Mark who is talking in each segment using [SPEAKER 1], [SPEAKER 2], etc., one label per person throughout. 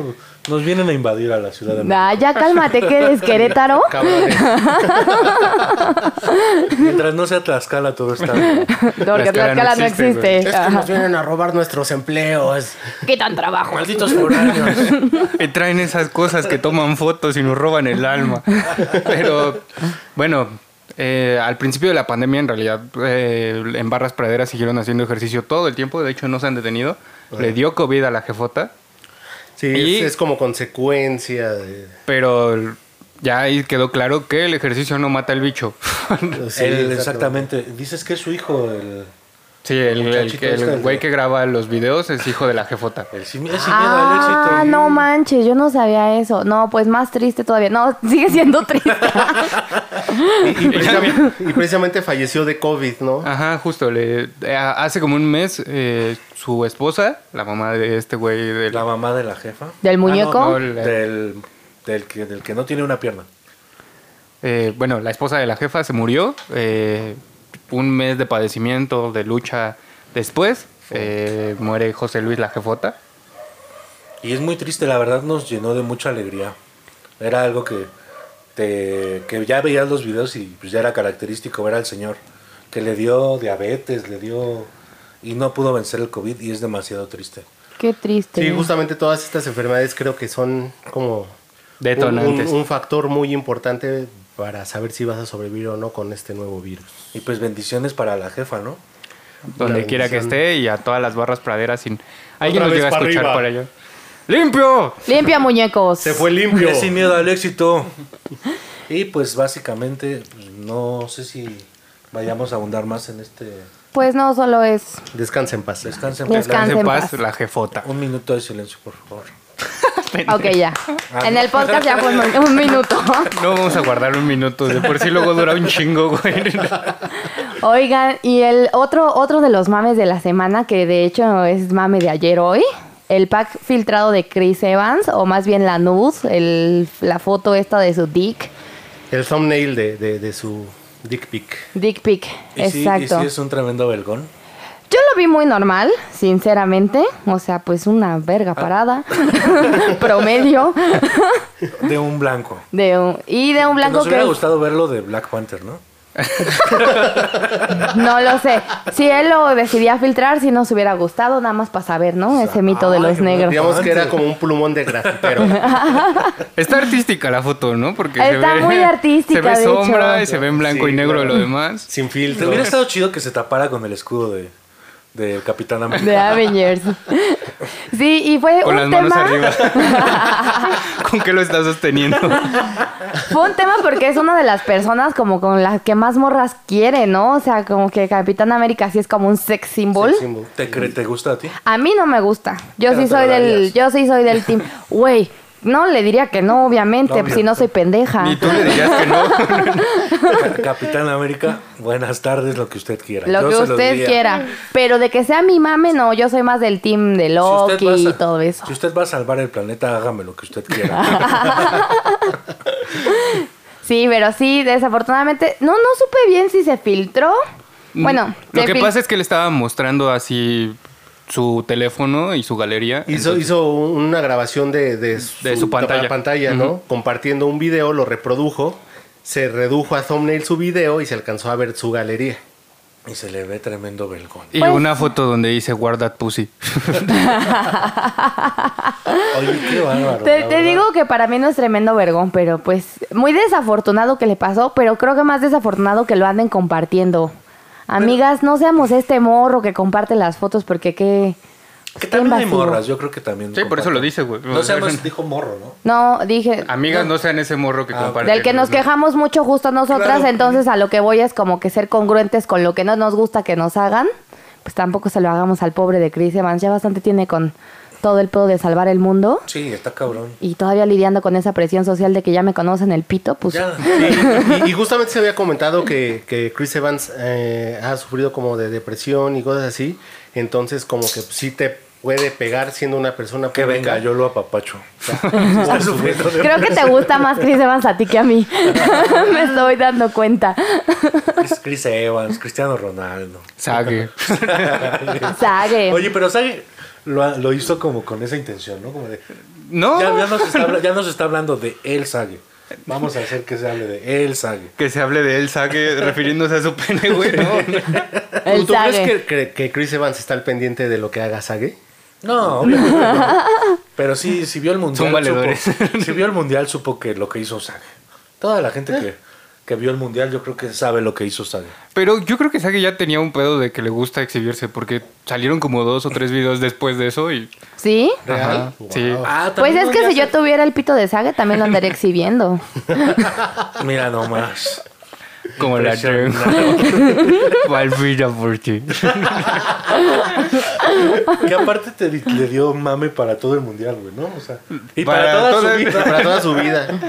[SPEAKER 1] nos vienen a invadir a la Ciudad de México.
[SPEAKER 2] Ah, ya cálmate, que eres Querétaro.
[SPEAKER 3] Cabrones.
[SPEAKER 1] Mientras no sea Tlaxcala, todo está bien.
[SPEAKER 2] Porque
[SPEAKER 4] Tlaxcala no
[SPEAKER 2] Tlaxcala no
[SPEAKER 4] existe, güey.
[SPEAKER 2] existe.
[SPEAKER 3] Es que nos vienen a robar nuestros empleos.
[SPEAKER 2] Quitan trabajo.
[SPEAKER 3] Malditos foráneos.
[SPEAKER 4] Eh, Traen esas cosas que toman fotos y nos roban el alma. Pero bueno, eh, al principio de la pandemia en realidad eh, en Barras Praderas siguieron haciendo ejercicio todo el tiempo, de hecho no se han detenido. Le dio COVID a la jefota,
[SPEAKER 3] Sí,
[SPEAKER 4] Y-
[SPEAKER 3] es, es como consecuencia de...
[SPEAKER 4] pero ya ahí quedó claro que el ejercicio no mata al bicho.
[SPEAKER 3] sí,
[SPEAKER 1] Él,
[SPEAKER 3] exacto.
[SPEAKER 1] exactamente. Dices que es su hijo, el.
[SPEAKER 4] sí, el, el-
[SPEAKER 1] Muchachito
[SPEAKER 4] el
[SPEAKER 1] este, el
[SPEAKER 4] güey
[SPEAKER 1] de-
[SPEAKER 4] que graba los videos es hijo de la jefota.
[SPEAKER 1] el sin, es sin miedo al
[SPEAKER 2] Ah,
[SPEAKER 1] éxito.
[SPEAKER 2] no manches, yo no sabía eso. No, pues más triste todavía. No, sigue siendo triste.
[SPEAKER 3] Y, y precisam- y precisamente falleció de COVID, ¿no?
[SPEAKER 4] Ajá, justo. Le, eh, hace como un mes eh, su esposa, la mamá de este güey del Ah,
[SPEAKER 1] La mamá de la jefa.
[SPEAKER 2] ¿Del muñeco?
[SPEAKER 4] no, la-
[SPEAKER 1] Del, del, que, del que no tiene una pierna.
[SPEAKER 4] Eh, bueno, la esposa de la jefa se murió. eh, un mes de padecimiento, de lucha después. eh, muere José Luis la jefota.
[SPEAKER 1] Y es muy triste, la verdad nos llenó de mucha alegría. Era algo que, te, que ya veías los videos y pues ya era característico ver al señor que le dio diabetes, le dio... y no pudo vencer el COVID y es demasiado triste.
[SPEAKER 2] Qué triste.
[SPEAKER 3] Sí, justamente todas estas enfermedades creo que son como...
[SPEAKER 4] Detonantes.
[SPEAKER 3] Un, un- un factor muy importante para saber si vas a sobrevivir o no con este nuevo virus.
[SPEAKER 1] Y pues bendiciones para la jefa, ¿no?
[SPEAKER 4] Donde
[SPEAKER 3] La
[SPEAKER 4] quiera que
[SPEAKER 3] bendición.
[SPEAKER 4] esté y a todas las barras praderas. Sin... Alguien
[SPEAKER 3] Otra
[SPEAKER 4] nos
[SPEAKER 3] vez
[SPEAKER 4] llega a
[SPEAKER 3] pa'
[SPEAKER 4] escuchar
[SPEAKER 3] arriba.
[SPEAKER 4] por ello. ¡Limpio!
[SPEAKER 2] Limpia muñecos.
[SPEAKER 3] Se fue limpio.
[SPEAKER 1] Es sin miedo al éxito. Y pues básicamente, pues, no sé si vayamos a abundar más en este
[SPEAKER 2] Pues no, solo es
[SPEAKER 3] Descansa en paz.
[SPEAKER 1] descanso.
[SPEAKER 2] Descansa.
[SPEAKER 4] En
[SPEAKER 2] en
[SPEAKER 4] paz,
[SPEAKER 2] paz.
[SPEAKER 4] la jefota.
[SPEAKER 1] Un minuto de silencio, por favor.
[SPEAKER 2] Ok, ya. En el podcast ya fue un, min- un minuto.
[SPEAKER 4] No vamos a guardar un minuto. De por sí luego dura un chingo, güey.
[SPEAKER 2] Oigan, y el otro, otro de los mames de la semana, que de hecho es mame de ayer hoy, el pack filtrado de Chris Evans, o más bien la news, el, la foto esta de su dick,
[SPEAKER 3] El thumbnail de, de- de su dick pic.
[SPEAKER 2] dick pic.
[SPEAKER 1] Y sí, y
[SPEAKER 2] Exacto.
[SPEAKER 1] sí es un tremendo belgón.
[SPEAKER 2] Yo lo vi muy normal, sinceramente. O sea, pues una
[SPEAKER 1] Ah.
[SPEAKER 2] verga parada. promedio.
[SPEAKER 1] De un blanco.
[SPEAKER 2] De un- y de un blanco
[SPEAKER 1] Nos
[SPEAKER 2] que
[SPEAKER 1] hubiera
[SPEAKER 2] es-
[SPEAKER 1] gustado verlo de Black Panther, ¿no?
[SPEAKER 2] No lo sé. Si él lo decidía filtrar, si nos hubiera gustado, nada más para saber, ¿no? Ese mito de
[SPEAKER 1] Ay,
[SPEAKER 2] los
[SPEAKER 1] no,
[SPEAKER 2] negros.
[SPEAKER 3] Digamos que era como un plumón de grafitero.
[SPEAKER 4] Está artística la foto, ¿no? Porque
[SPEAKER 2] Está
[SPEAKER 4] se ve,
[SPEAKER 2] muy artística,
[SPEAKER 4] Se ve
[SPEAKER 2] de hecho.
[SPEAKER 4] sombra y se ve en blanco
[SPEAKER 3] Sí,
[SPEAKER 4] y negro
[SPEAKER 3] claro.
[SPEAKER 4] lo demás.
[SPEAKER 3] Sin
[SPEAKER 1] Te
[SPEAKER 3] filtro.
[SPEAKER 1] hubiera estado chido que se tapara con el escudo de, de Capitán
[SPEAKER 2] De
[SPEAKER 1] América.
[SPEAKER 2] Avengers. Sí, y fue
[SPEAKER 4] Con
[SPEAKER 2] un
[SPEAKER 4] las manos
[SPEAKER 2] tema.
[SPEAKER 4] arriba. ¿Con qué lo estás sosteniendo?
[SPEAKER 2] Fue un tema porque es una de las personas como con las que más morras quiere, ¿no? O sea, como que Capitán América sí es como un sex symbol.
[SPEAKER 3] Sex symbol.
[SPEAKER 1] ¿Te, cre- ¿Te gusta a ti?
[SPEAKER 2] A mí no me gusta. Yo
[SPEAKER 1] Pero
[SPEAKER 2] sí
[SPEAKER 1] te
[SPEAKER 2] soy
[SPEAKER 1] lo
[SPEAKER 2] del
[SPEAKER 1] darías.
[SPEAKER 2] yo sí soy del team. Güey, no le diría que no, obviamente, pues
[SPEAKER 1] No,
[SPEAKER 2] si no soy pendeja.
[SPEAKER 4] Ni tú le dirías que no.
[SPEAKER 1] Ca- Capitán América, buenas tardes, lo que usted quiera.
[SPEAKER 2] Lo
[SPEAKER 1] Yo
[SPEAKER 2] que
[SPEAKER 1] se
[SPEAKER 2] usted
[SPEAKER 1] diría.
[SPEAKER 2] quiera. Pero de que sea mi mame, no, yo soy más del team de
[SPEAKER 1] Si usted
[SPEAKER 2] Loki
[SPEAKER 1] va a
[SPEAKER 2] y
[SPEAKER 1] sa-
[SPEAKER 2] todo eso.
[SPEAKER 1] Si usted va a salvar el planeta, hágame lo que usted quiera.
[SPEAKER 2] Sí, pero sí, desafortunadamente, no, no supe bien si se filtró. Bueno,
[SPEAKER 4] Mm, Lo
[SPEAKER 2] se
[SPEAKER 4] que
[SPEAKER 2] fil-
[SPEAKER 4] pasa es que le estaba mostrando así su teléfono y su galería.
[SPEAKER 3] Hizo, hizo un- una grabación de, de su,
[SPEAKER 4] De su pantalla.
[SPEAKER 3] pa- ¿no? Compartiendo un video, lo reprodujo, se redujo a thumbnail su video y se alcanzó a ver su galería.
[SPEAKER 1] y se le ve tremendo belgón.
[SPEAKER 4] Y
[SPEAKER 2] Pues-
[SPEAKER 4] una foto donde dice Guarda pussy.
[SPEAKER 1] Oye, qué bárbaro.
[SPEAKER 2] Te,
[SPEAKER 1] la
[SPEAKER 2] te
[SPEAKER 1] verdad.
[SPEAKER 2] digo que para mí no es tremendo vergón, pero pues muy desafortunado que le pasó, pero creo que más desafortunado que lo anden compartiendo. Amigas, no seamos este morro que comparte las fotos porque qué...
[SPEAKER 1] Que
[SPEAKER 2] qué
[SPEAKER 1] también hay
[SPEAKER 2] invasivo.
[SPEAKER 1] morras, yo creo que también.
[SPEAKER 4] Sí, por eso lo dice, güey.
[SPEAKER 1] No sé, más dijo morro, ¿no?
[SPEAKER 2] No, dije...
[SPEAKER 4] Amigas, no sean ese morro que
[SPEAKER 1] Ah,
[SPEAKER 4] comparte.
[SPEAKER 2] Del que nos quejamos mucho justo nosotras,
[SPEAKER 1] Claro.
[SPEAKER 2] entonces a lo que voy es como que ser congruentes con lo que no nos gusta que nos hagan, pues tampoco se lo hagamos al pobre de Chris Evans, ya bastante tiene con todo el pedo de salvar el mundo
[SPEAKER 1] Sí, está cabrón.
[SPEAKER 2] y todavía lidiando con esa presión social de que ya me conocen el pito, pues...
[SPEAKER 1] Ya.
[SPEAKER 3] Y, y- y justamente se había comentado que, que Chris Evans eh, ha sufrido como de depresión y cosas así. Entonces, como que sí te puede pegar siendo una persona
[SPEAKER 1] Que venga,
[SPEAKER 3] pública.
[SPEAKER 1] yo lo apapacho. Está sufriendo de-
[SPEAKER 2] Creo que te gusta más Chris Evans a ti que a mí. Me estoy dando cuenta.
[SPEAKER 1] Chris- Chris Evans, Cristiano Ronaldo.
[SPEAKER 4] Sague.
[SPEAKER 2] Sague.
[SPEAKER 1] Oye, pero ¿sabe? Lo, lo hizo como con esa intención, ¿no? Como de,
[SPEAKER 4] No.
[SPEAKER 1] ya, ya nos está, habla- ya nos está hablando de El Sage. Vamos a hacer que se hable de El Sage.
[SPEAKER 4] Que se hable de él, Sague, refiriéndose a su pene, güey. No, no.
[SPEAKER 2] El
[SPEAKER 3] ¿Tú, tú crees
[SPEAKER 2] Sage.
[SPEAKER 3] que, que- que Chris Evans está al pendiente de lo que haga Sage?
[SPEAKER 1] No, obviamente no. Pero sí, si vio el mundial.
[SPEAKER 4] Son valedores.
[SPEAKER 1] supo- si vio el mundial, supo que lo que hizo Sage. Toda la gente que, que vio el mundial, yo creo que sabe lo que hizo Sage.
[SPEAKER 4] Pero yo creo que Sage ya tenía un pedo de que le gusta exhibirse porque salieron como dos o tres videos después de eso y...
[SPEAKER 2] ¿Sí?
[SPEAKER 4] Ajá, Sí.
[SPEAKER 1] Ah,
[SPEAKER 2] Pues
[SPEAKER 1] también
[SPEAKER 2] es que
[SPEAKER 1] podría
[SPEAKER 2] si yo
[SPEAKER 1] ser-
[SPEAKER 2] tuviera el pito de Sague también lo andaría exhibiendo.
[SPEAKER 1] Mira nomás.
[SPEAKER 4] Como la
[SPEAKER 1] Impresionante.
[SPEAKER 4] Valfrida por ti.
[SPEAKER 1] Que aparte te, di- le dio mame para todo el mundial, güey, ¿no? O sea, y para,
[SPEAKER 4] Para
[SPEAKER 1] toda,
[SPEAKER 4] todo
[SPEAKER 1] su
[SPEAKER 4] el-
[SPEAKER 1] vida.
[SPEAKER 3] Para toda su vida.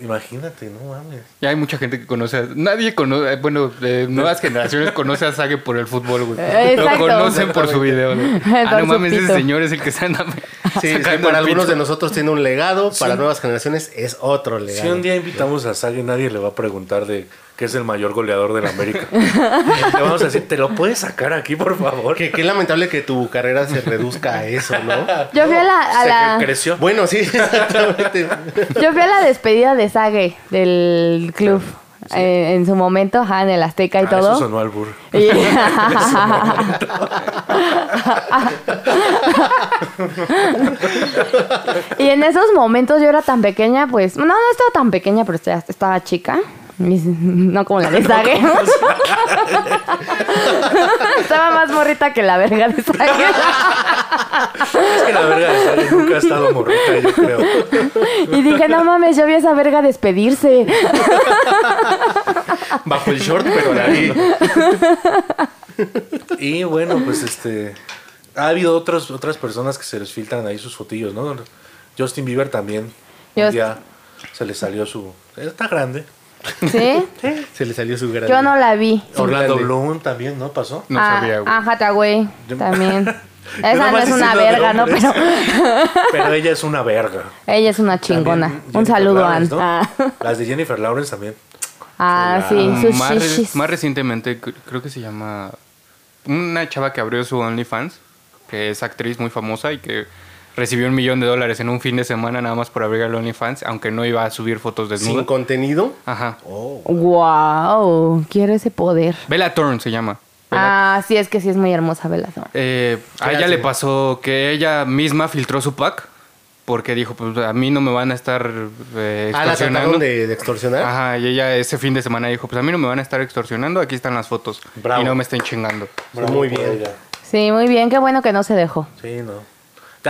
[SPEAKER 1] Imagínate, no mames.
[SPEAKER 4] Ya hay mucha gente que conoce a... Nadie conoce... eh, Bueno, de nuevas generaciones conoce a Sage por el fútbol, güey.
[SPEAKER 2] Eh,
[SPEAKER 4] Lo
[SPEAKER 2] exacto.
[SPEAKER 4] conocen por su video. ¿no?
[SPEAKER 2] Por
[SPEAKER 4] Ah, no
[SPEAKER 2] su
[SPEAKER 4] mames, ese
[SPEAKER 2] pito.
[SPEAKER 4] señor es el que se anda...
[SPEAKER 3] Sí, sí, para algunos de nosotros tiene un legado, para nuevas generaciones es otro legado.
[SPEAKER 1] Si un día invitamos a Sage, nadie le va a preguntar de que es el mayor goleador de la América. le vamos a decir, ¿te lo puedes sacar aquí, por favor?
[SPEAKER 3] Qué, qué lamentable que tu carrera se reduzca a eso, ¿no?
[SPEAKER 2] Yo fui a la, a
[SPEAKER 1] Se
[SPEAKER 2] la-
[SPEAKER 1] cre- creció.
[SPEAKER 3] Bueno, sí, exactamente.
[SPEAKER 2] yo fui a la despedida de Sague del club. Eh, en su momento, ajá, en el Azteca y
[SPEAKER 1] Ah,
[SPEAKER 2] todo.
[SPEAKER 1] Eso sonó al burro.
[SPEAKER 2] Y- y en esos momentos yo era tan pequeña, pues, no, no estaba tan pequeña, pero estaba, estaba chica. Mis- No como la de Sage. estaba más morrita que la verga de Sage.
[SPEAKER 1] Es que la verga de Sage nunca ha estado morrita, yo creo.
[SPEAKER 2] y dije, no mames, yo vi a esa verga despedirse.
[SPEAKER 3] Bajo el short, pero la vi.
[SPEAKER 1] Y bueno, pues este. Ha habido otras otras personas que se les filtran ahí sus fotillos, ¿no? Justin Bieber también.
[SPEAKER 2] Just-
[SPEAKER 1] Un día se le salió su. Está grande.
[SPEAKER 2] ¿Sí?
[SPEAKER 3] Se le salió su gran.
[SPEAKER 2] Yo no la vi.
[SPEAKER 1] Orlando
[SPEAKER 3] grande.
[SPEAKER 1] Bloom también, ¿no? Pasó.
[SPEAKER 4] No
[SPEAKER 2] ah,
[SPEAKER 4] sabía, güey.
[SPEAKER 2] ah, Hathaway,
[SPEAKER 1] Yo-
[SPEAKER 2] también.
[SPEAKER 1] Yo
[SPEAKER 2] Esa
[SPEAKER 1] nomás
[SPEAKER 2] no es
[SPEAKER 1] hice
[SPEAKER 2] una
[SPEAKER 1] una de
[SPEAKER 2] verga, ¿no?
[SPEAKER 1] hombres.
[SPEAKER 2] Pero
[SPEAKER 1] Pero ella es una verga.
[SPEAKER 2] ella es una chingona.
[SPEAKER 1] También
[SPEAKER 2] Un
[SPEAKER 1] Jennifer
[SPEAKER 2] saludo, Ann.
[SPEAKER 1] Lawrence, ¿no?
[SPEAKER 2] Ah,
[SPEAKER 1] Las de Jennifer Lawrence también.
[SPEAKER 2] Ah, sí, sus
[SPEAKER 4] más, re-
[SPEAKER 2] shishis.
[SPEAKER 4] más recientemente, cr- creo que se llama. Una chava que abrió su OnlyFans, que es actriz muy famosa y que recibió un millón de dólares en un fin de semana nada más por abrir el OnlyFans, aunque no iba a subir fotos
[SPEAKER 3] Sin
[SPEAKER 4] desnudas.
[SPEAKER 3] contenido.
[SPEAKER 4] Ajá.
[SPEAKER 2] Wow, quiero ese poder.
[SPEAKER 4] Bella Thorne se llama. Bella-
[SPEAKER 2] Ah, sí, es que sí es muy hermosa Bella Thorne.
[SPEAKER 4] Eh, a ella le pasó que ella misma filtró su pack porque dijo, pues a mí no me van a estar eh,
[SPEAKER 3] Ah, la
[SPEAKER 4] extorsionando.
[SPEAKER 3] trataron de, de extorsionar.
[SPEAKER 4] Ajá, y ella ese fin de semana dijo, pues a mí no me van a estar extorsionando, aquí están las fotos.
[SPEAKER 1] Bravo.
[SPEAKER 4] Y no me estén chingando.
[SPEAKER 1] Bravo
[SPEAKER 3] Muy
[SPEAKER 1] por
[SPEAKER 3] bien.
[SPEAKER 1] ella.
[SPEAKER 2] Sí, muy bien, qué bueno que no se dejó.
[SPEAKER 1] Sí, no.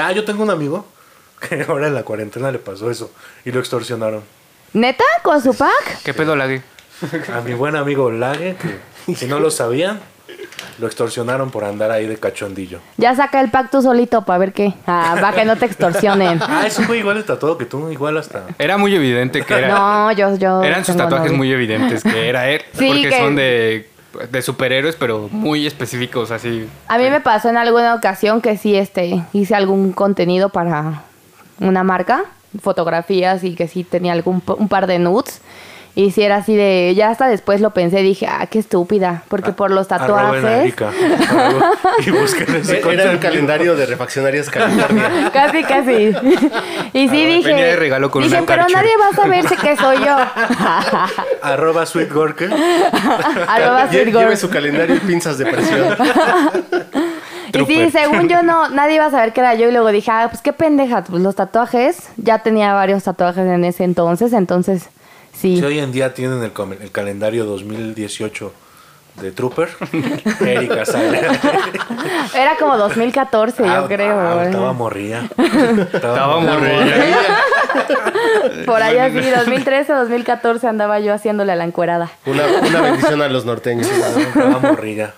[SPEAKER 1] Ah, yo tengo un amigo que ahora en la cuarentena le pasó eso y lo extorsionaron.
[SPEAKER 2] ¿Neta? ¿Con su pack?
[SPEAKER 4] ¿Qué pedo la gay?
[SPEAKER 1] A mi buen amigo Lague, que si no lo sabían, lo extorsionaron por andar ahí de cachondillo.
[SPEAKER 2] Ya saca el pack tú solito para ver qué. Ah, para que no te extorsionen.
[SPEAKER 1] Ah, es un güey igual de tatuado que tú, igual hasta.
[SPEAKER 4] Era muy evidente que era...
[SPEAKER 2] No, yo, yo.
[SPEAKER 4] Eran sus
[SPEAKER 2] tengo
[SPEAKER 4] tatuajes
[SPEAKER 2] novio.
[SPEAKER 4] muy evidentes, que era él,
[SPEAKER 2] Sí,
[SPEAKER 4] porque
[SPEAKER 2] que-
[SPEAKER 4] son de, de superhéroes, pero muy específicos, así.
[SPEAKER 2] A mí me pasó en alguna ocasión que sí este, hice algún contenido para una marca, fotografías y que sí tenía algún p- un par de nudes. Y si era así de, ya hasta después lo pensé, dije, ah, qué estúpida, porque
[SPEAKER 4] Ah,
[SPEAKER 2] por los
[SPEAKER 1] Arroben a
[SPEAKER 2] tatuajes...
[SPEAKER 1] Erika. Y busquen ese
[SPEAKER 3] Era un
[SPEAKER 1] contenido.
[SPEAKER 3] calendario de refaccionarias California.
[SPEAKER 2] Casi, casi. Y sí
[SPEAKER 4] Ah,
[SPEAKER 2] dije,
[SPEAKER 4] venía de regalo con
[SPEAKER 2] dije
[SPEAKER 4] una
[SPEAKER 2] pero
[SPEAKER 4] Karcher".
[SPEAKER 2] nadie va a saber si que soy yo.
[SPEAKER 1] Arroba Sweet Gorka.
[SPEAKER 2] Arroba
[SPEAKER 3] Lle-
[SPEAKER 2] Sweet Girl.
[SPEAKER 3] Lleve su calendario y pinzas de presión.
[SPEAKER 2] Y sí,
[SPEAKER 4] Trooper.
[SPEAKER 2] según yo no, nadie iba a saber que era yo y luego dije, ah, pues qué pendeja, pues los tatuajes, ya tenía varios tatuajes en ese entonces, entonces sí.
[SPEAKER 1] Si hoy en día tienen el, com- el calendario 2018 de Trooper, Erika sale.
[SPEAKER 2] Era como 2014,
[SPEAKER 1] Ah,
[SPEAKER 2] yo creo.
[SPEAKER 1] ah,
[SPEAKER 2] ¿eh?
[SPEAKER 1] estaba morría. Estaba
[SPEAKER 4] aburrida.
[SPEAKER 2] Por ahí así, 2013, 2014 andaba yo haciéndole a la encuerada.
[SPEAKER 3] Una, una bendición a los norteños.
[SPEAKER 1] Estaba morrilla.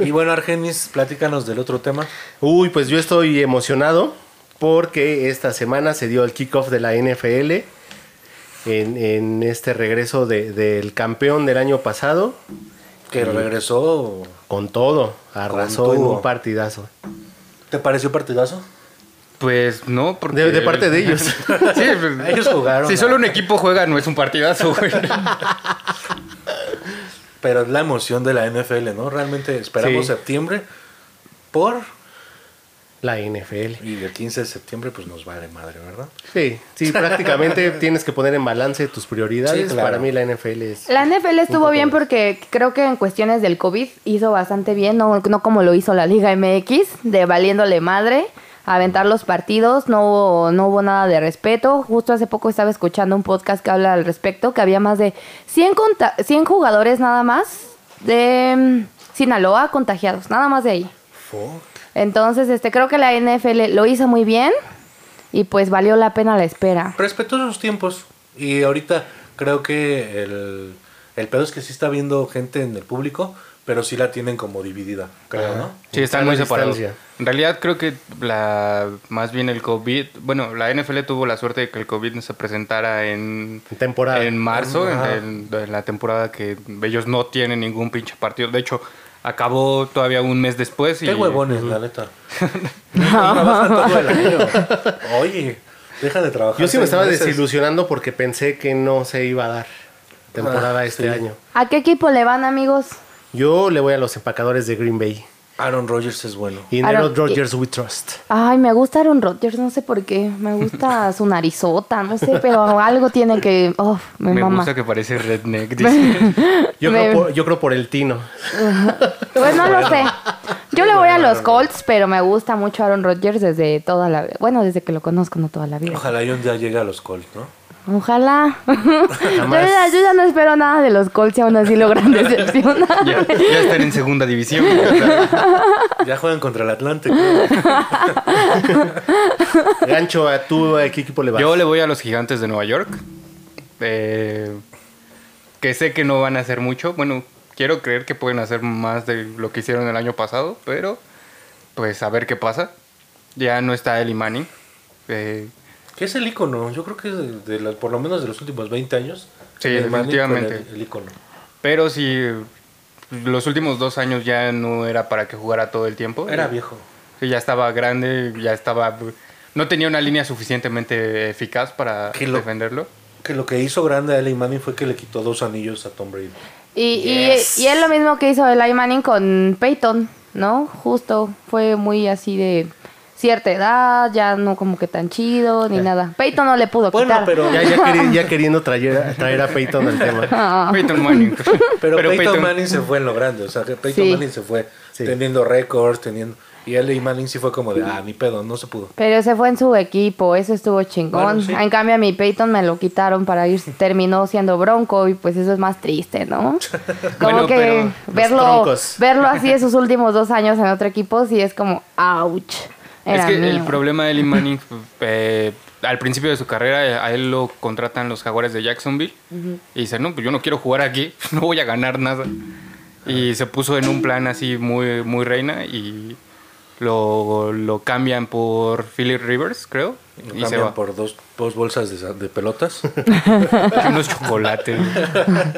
[SPEAKER 1] Y bueno, Argenis, platícanos del otro tema.
[SPEAKER 3] Uy, pues yo estoy emocionado porque esta semana se dio el kickoff de la NFL en, en este regreso de- del campeón del año pasado
[SPEAKER 1] Que regresó.
[SPEAKER 3] con todo. Arrasó
[SPEAKER 1] Con
[SPEAKER 3] en
[SPEAKER 1] todo.
[SPEAKER 3] un partidazo.
[SPEAKER 1] ¿Te pareció partidazo?
[SPEAKER 4] Pues no, porque...
[SPEAKER 3] De, de parte de ellos.
[SPEAKER 4] Sí, pues,
[SPEAKER 1] Ellos jugaron.
[SPEAKER 4] Si solo un equipo juega, no es un partidazo, güey.
[SPEAKER 1] Pero es la emoción de la NFL, ¿no? Realmente esperamos
[SPEAKER 3] Sí.
[SPEAKER 1] septiembre por.
[SPEAKER 3] La NFL.
[SPEAKER 1] Y el 15 de septiembre, pues nos vale madre, ¿verdad?
[SPEAKER 3] Sí, sí, prácticamente tienes que poner en balance tus prioridades.
[SPEAKER 1] Sí, claro.
[SPEAKER 3] Para mí la NFL es...
[SPEAKER 2] La NFL estuvo bien porque creo que en cuestiones del COVID hizo bastante bien, no, no como lo hizo la Liga MX, de valiéndole madre, aventar los partidos, no hubo, no hubo nada de respeto. Justo hace poco estaba escuchando un podcast que habla al respecto, que había más de 100, conta- 100 jugadores nada más de mm, Sinaloa contagiados, nada más de ahí.
[SPEAKER 1] Fuck.
[SPEAKER 2] Entonces, este, creo que la NFL lo hizo muy bien y pues valió la pena la espera.
[SPEAKER 1] Respetó sus tiempos. Y ahorita creo que el, el pedo es que sí está viendo gente en el público, pero sí la tienen como dividida, creo, ¿no?
[SPEAKER 4] Sí, están
[SPEAKER 3] Sana
[SPEAKER 4] muy separados.
[SPEAKER 3] distancia.
[SPEAKER 4] En realidad creo que la más bien el COVID, bueno, la NFL tuvo la suerte de que el COVID no se presentara en
[SPEAKER 3] En temporada.
[SPEAKER 4] en marzo, en,
[SPEAKER 1] Ajá.
[SPEAKER 4] en- en la temporada que ellos no tienen ningún pinche partido. De hecho, acabó todavía un mes después y
[SPEAKER 1] Qué huevones, la neta. Y trabajan todo el año. Oye, deja de trabajar.
[SPEAKER 3] Yo sí
[SPEAKER 1] seis
[SPEAKER 3] me estaba
[SPEAKER 1] meses.
[SPEAKER 3] desilusionando porque pensé que no se iba a dar temporada
[SPEAKER 1] Ah,
[SPEAKER 3] este
[SPEAKER 1] sí.
[SPEAKER 3] año.
[SPEAKER 2] ¿A qué equipo le van, amigos?
[SPEAKER 3] Yo le voy a los empacadores de Green Bay.
[SPEAKER 1] Aaron Rodgers es bueno.
[SPEAKER 3] Y
[SPEAKER 2] Aaron-
[SPEAKER 3] Aaron Rodgers We Trust.
[SPEAKER 2] Ay, me gusta Aaron Rodgers, no sé por qué. Me gusta su narizota, no sé, pero algo tiene que. Oh, me,
[SPEAKER 4] me
[SPEAKER 2] mama.
[SPEAKER 4] gusta que parece redneck. dice.
[SPEAKER 3] Yo,
[SPEAKER 2] Me-
[SPEAKER 3] creo por, yo creo por el Tino.
[SPEAKER 2] Pues no lo sé. Yo le voy a los Colts, pero me gusta mucho Aaron Rodgers desde toda la vida. Bueno, desde que lo conozco, no toda la vida.
[SPEAKER 1] Ojalá y un día llegue a los Colts, ¿no?
[SPEAKER 2] Ojalá. Yo ya, yo ya no espero nada de los Colts y aún así logran decepcionar.
[SPEAKER 4] ya, ya están en segunda división. o sea,
[SPEAKER 1] Ya juegan contra el Atlántico. ¿no?
[SPEAKER 3] Gancho, ¿a tú a qué equipo le vas?
[SPEAKER 4] yo le voy a los gigantes de Nueva York. eh, que sé que no van a hacer mucho. Bueno, quiero creer que pueden hacer más de lo que hicieron el año pasado, pero pues a ver qué pasa. Ya no está Eli Manning. eh,
[SPEAKER 1] Que es el icono. Yo creo que es de, de las- por lo menos de los últimos 20 años.
[SPEAKER 4] Sí,
[SPEAKER 1] el Manning fue
[SPEAKER 4] definitivamente.
[SPEAKER 1] El, el icono.
[SPEAKER 4] pero si los últimos dos años ya no era para que jugara todo el tiempo.
[SPEAKER 1] Era
[SPEAKER 4] eh,
[SPEAKER 1] viejo.
[SPEAKER 4] Sí, ya estaba grande, ya estaba. No tenía una línea suficientemente eficaz para
[SPEAKER 1] Qué lo-
[SPEAKER 4] defenderlo.
[SPEAKER 1] Que lo que hizo grande a Eli Manning fue que le quitó dos anillos a Tom Brady.
[SPEAKER 2] Y, y- y es lo mismo que hizo Eli Manning con Peyton, ¿no? Justo, fue muy así de cierta edad, ya no como que tan chido
[SPEAKER 4] Eh.
[SPEAKER 2] ni nada. Peyton no le pudo
[SPEAKER 1] Bueno,
[SPEAKER 2] quitar.
[SPEAKER 1] pero,
[SPEAKER 3] Ya, ya queri- ya queriendo traer, a- traer a Peyton al tema.
[SPEAKER 4] Peyton Manning.
[SPEAKER 1] Ah. pero, Peyton,
[SPEAKER 4] Peyton-
[SPEAKER 1] Manning se fue en lo grande. O sea, que Peyton
[SPEAKER 2] Sí.
[SPEAKER 1] Manning se fue
[SPEAKER 3] Sí.
[SPEAKER 1] teniendo récords, teniendo. Y él y Manning sí fue como de, ah, ni pedo, no se pudo.
[SPEAKER 2] Pero se fue en su equipo, eso estuvo chingón.
[SPEAKER 1] Bueno, sí.
[SPEAKER 2] En cambio, a mi Peyton me lo quitaron para ir, terminó siendo bronco y pues eso es más triste, ¿no? Como
[SPEAKER 4] Bueno, pero
[SPEAKER 2] que
[SPEAKER 4] los
[SPEAKER 2] verlo,
[SPEAKER 3] troncos.
[SPEAKER 2] verlo así esos últimos dos años en otro equipo, sí es como, ouch.
[SPEAKER 4] Es
[SPEAKER 2] Era
[SPEAKER 4] que el
[SPEAKER 2] mío.
[SPEAKER 4] problema de Eli Manning, eh, al principio de su carrera, eh, a él lo contratan los jaguares de Jacksonville. Y dice, no, pues yo no quiero jugar aquí, no voy a ganar nada. Y se puso en un plan así muy, muy reina y lo, lo cambian por Philip Rivers, creo.
[SPEAKER 1] Lo
[SPEAKER 4] y se
[SPEAKER 1] cambian
[SPEAKER 4] va.
[SPEAKER 1] por dos, dos bolsas de, sa- de pelotas.
[SPEAKER 4] unos chocolates.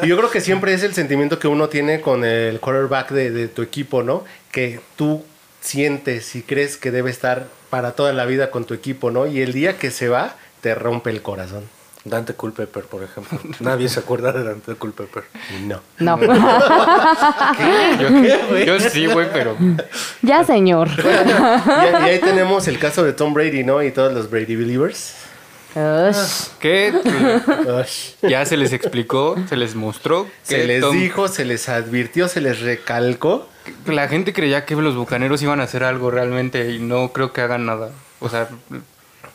[SPEAKER 3] Y yo creo que siempre es el sentimiento que uno tiene con el quarterback de, de tu equipo, ¿no? Que tú sientes y crees que debe estar para toda la vida con tu equipo, ¿no? Y el día que se va, te rompe el corazón.
[SPEAKER 1] Dante Culpepper, por ejemplo. Nadie se acuerda de Dante Culpepper.
[SPEAKER 3] Y no.
[SPEAKER 2] No.
[SPEAKER 4] Yo, yo sí, güey, pero
[SPEAKER 2] ya, señor.
[SPEAKER 3] Y, y ahí tenemos el caso de Tom Brady, ¿no? Y todos los Brady Believers.
[SPEAKER 2] Ush.
[SPEAKER 4] que
[SPEAKER 3] Ush.
[SPEAKER 4] ya se les explicó, se les mostró. Que
[SPEAKER 3] Se les
[SPEAKER 4] Tom-
[SPEAKER 3] dijo, se les advirtió, se les recalcó.
[SPEAKER 4] La gente creía que los bucaneros iban a hacer algo realmente y no creo que hagan nada. O sea,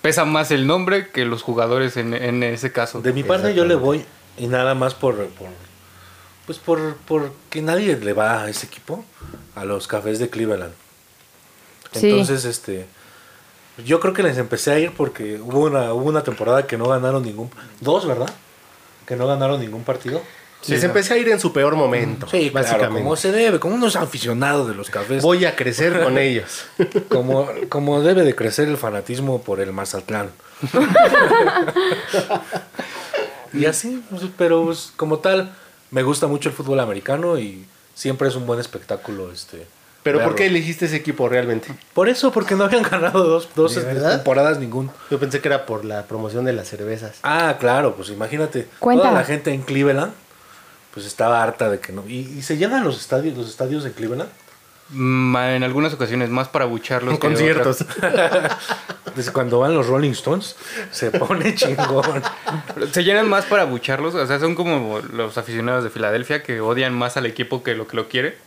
[SPEAKER 4] pesa más el nombre que los jugadores en, en ese caso.
[SPEAKER 1] De mi parte yo le voy y nada más por, por- pues por porque nadie le va a ese equipo, a los cafés de Cleveland.
[SPEAKER 2] Sí.
[SPEAKER 1] Entonces, este yo creo que les empecé a ir porque hubo una hubo una temporada que no ganaron ningún dos, ¿verdad? Que no ganaron ningún partido.
[SPEAKER 3] les empecé a ir en su peor momento,
[SPEAKER 1] Sí, claro,
[SPEAKER 3] básicamente.
[SPEAKER 1] como se debe, como unos aficionados de los cafés.
[SPEAKER 3] Voy a crecer con ellos.
[SPEAKER 1] Como, como debe de crecer el fanatismo por el Mazatlán. y así, pues, pero pues, como tal, me gusta mucho el fútbol americano y siempre es un buen espectáculo. este
[SPEAKER 3] Pero ¿por
[SPEAKER 1] verlo.
[SPEAKER 3] qué elegiste ese equipo realmente?
[SPEAKER 1] Por eso, porque no habían ganado dos, dos
[SPEAKER 3] ¿De verdad?
[SPEAKER 1] temporadas ningún.
[SPEAKER 3] Yo pensé que era por la promoción de las cervezas.
[SPEAKER 1] Ah, claro, pues imagínate.
[SPEAKER 2] Cuenta.
[SPEAKER 1] Toda la gente en Cleveland, pues estaba harta de que no. Y, y se llenan los estadios, los estadios de Cleveland.
[SPEAKER 4] Ma- Mm, En algunas ocasiones más para bucharlos. que
[SPEAKER 3] conciertos.
[SPEAKER 1] Desde cuando van los Rolling Stones, se pone chingón.
[SPEAKER 4] otra- Se llenan más para bucharlos. O sea, son como los aficionados de Filadelfia que odian más al equipo que lo que lo quiere.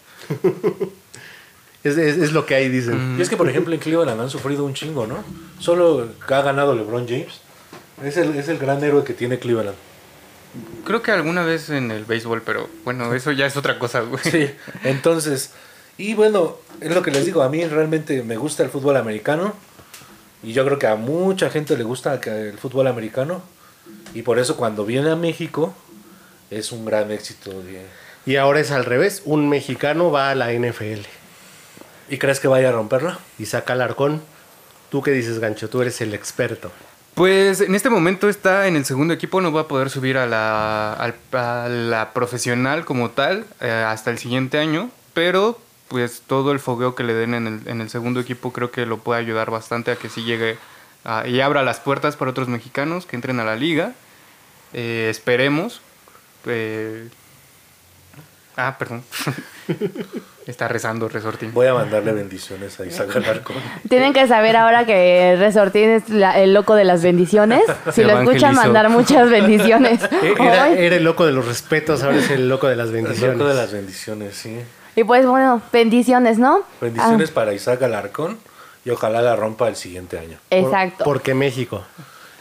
[SPEAKER 3] Es, es- es lo que ahí dicen.
[SPEAKER 1] Y es que, por ejemplo, en Cleveland han sufrido un chingo, ¿no? Solo ha ganado LeBron James. Es el, es el gran héroe que tiene Cleveland.
[SPEAKER 4] Creo que alguna vez en el béisbol, pero bueno, eso ya es otra cosa, güey.
[SPEAKER 1] Sí. Entonces, y bueno, es lo que les digo. A mí realmente me gusta el fútbol americano. Y yo creo que a mucha gente le gusta que- el fútbol americano. Y por eso cuando viene a México es un gran éxito. Y,
[SPEAKER 3] Y ahora es al revés. Un mexicano va a la NFL
[SPEAKER 1] ¿Y crees que vaya a romperla?
[SPEAKER 3] y saca al arcón. ¿Tú qué dices, Gancho? Tú eres el experto.
[SPEAKER 4] Pues en este momento está en el segundo equipo, no va a poder subir a la, al- a la profesional como tal eh, hasta el siguiente año, pero pues todo el fogueo que le den en el, en el segundo equipo creo que lo puede ayudar bastante a que sí llegue ah, y abra las puertas para otros mexicanos que entren a la liga. Eh, esperemos. eh, Ah, perdón. está rezando Resortín.
[SPEAKER 1] Voy a mandarle bendiciones a Isaac Alarcón.
[SPEAKER 2] Tienen que saber ahora que Resortín es la- el loco de las bendiciones. Si lo escuchan,
[SPEAKER 4] evangelizó.
[SPEAKER 2] mandar muchas bendiciones.
[SPEAKER 3] E-, Eh, Era,
[SPEAKER 2] Ay.
[SPEAKER 3] era el loco de los respetos, ahora es el loco de las
[SPEAKER 1] El loco de
[SPEAKER 3] bendiciones.
[SPEAKER 1] las bendiciones, sí.
[SPEAKER 2] Y pues bueno, bendiciones, ¿no?
[SPEAKER 1] Bendiciones para Isaac Alarcón. Y ojalá la rompa el siguiente año.
[SPEAKER 2] Ah, exacto.
[SPEAKER 3] Porque México.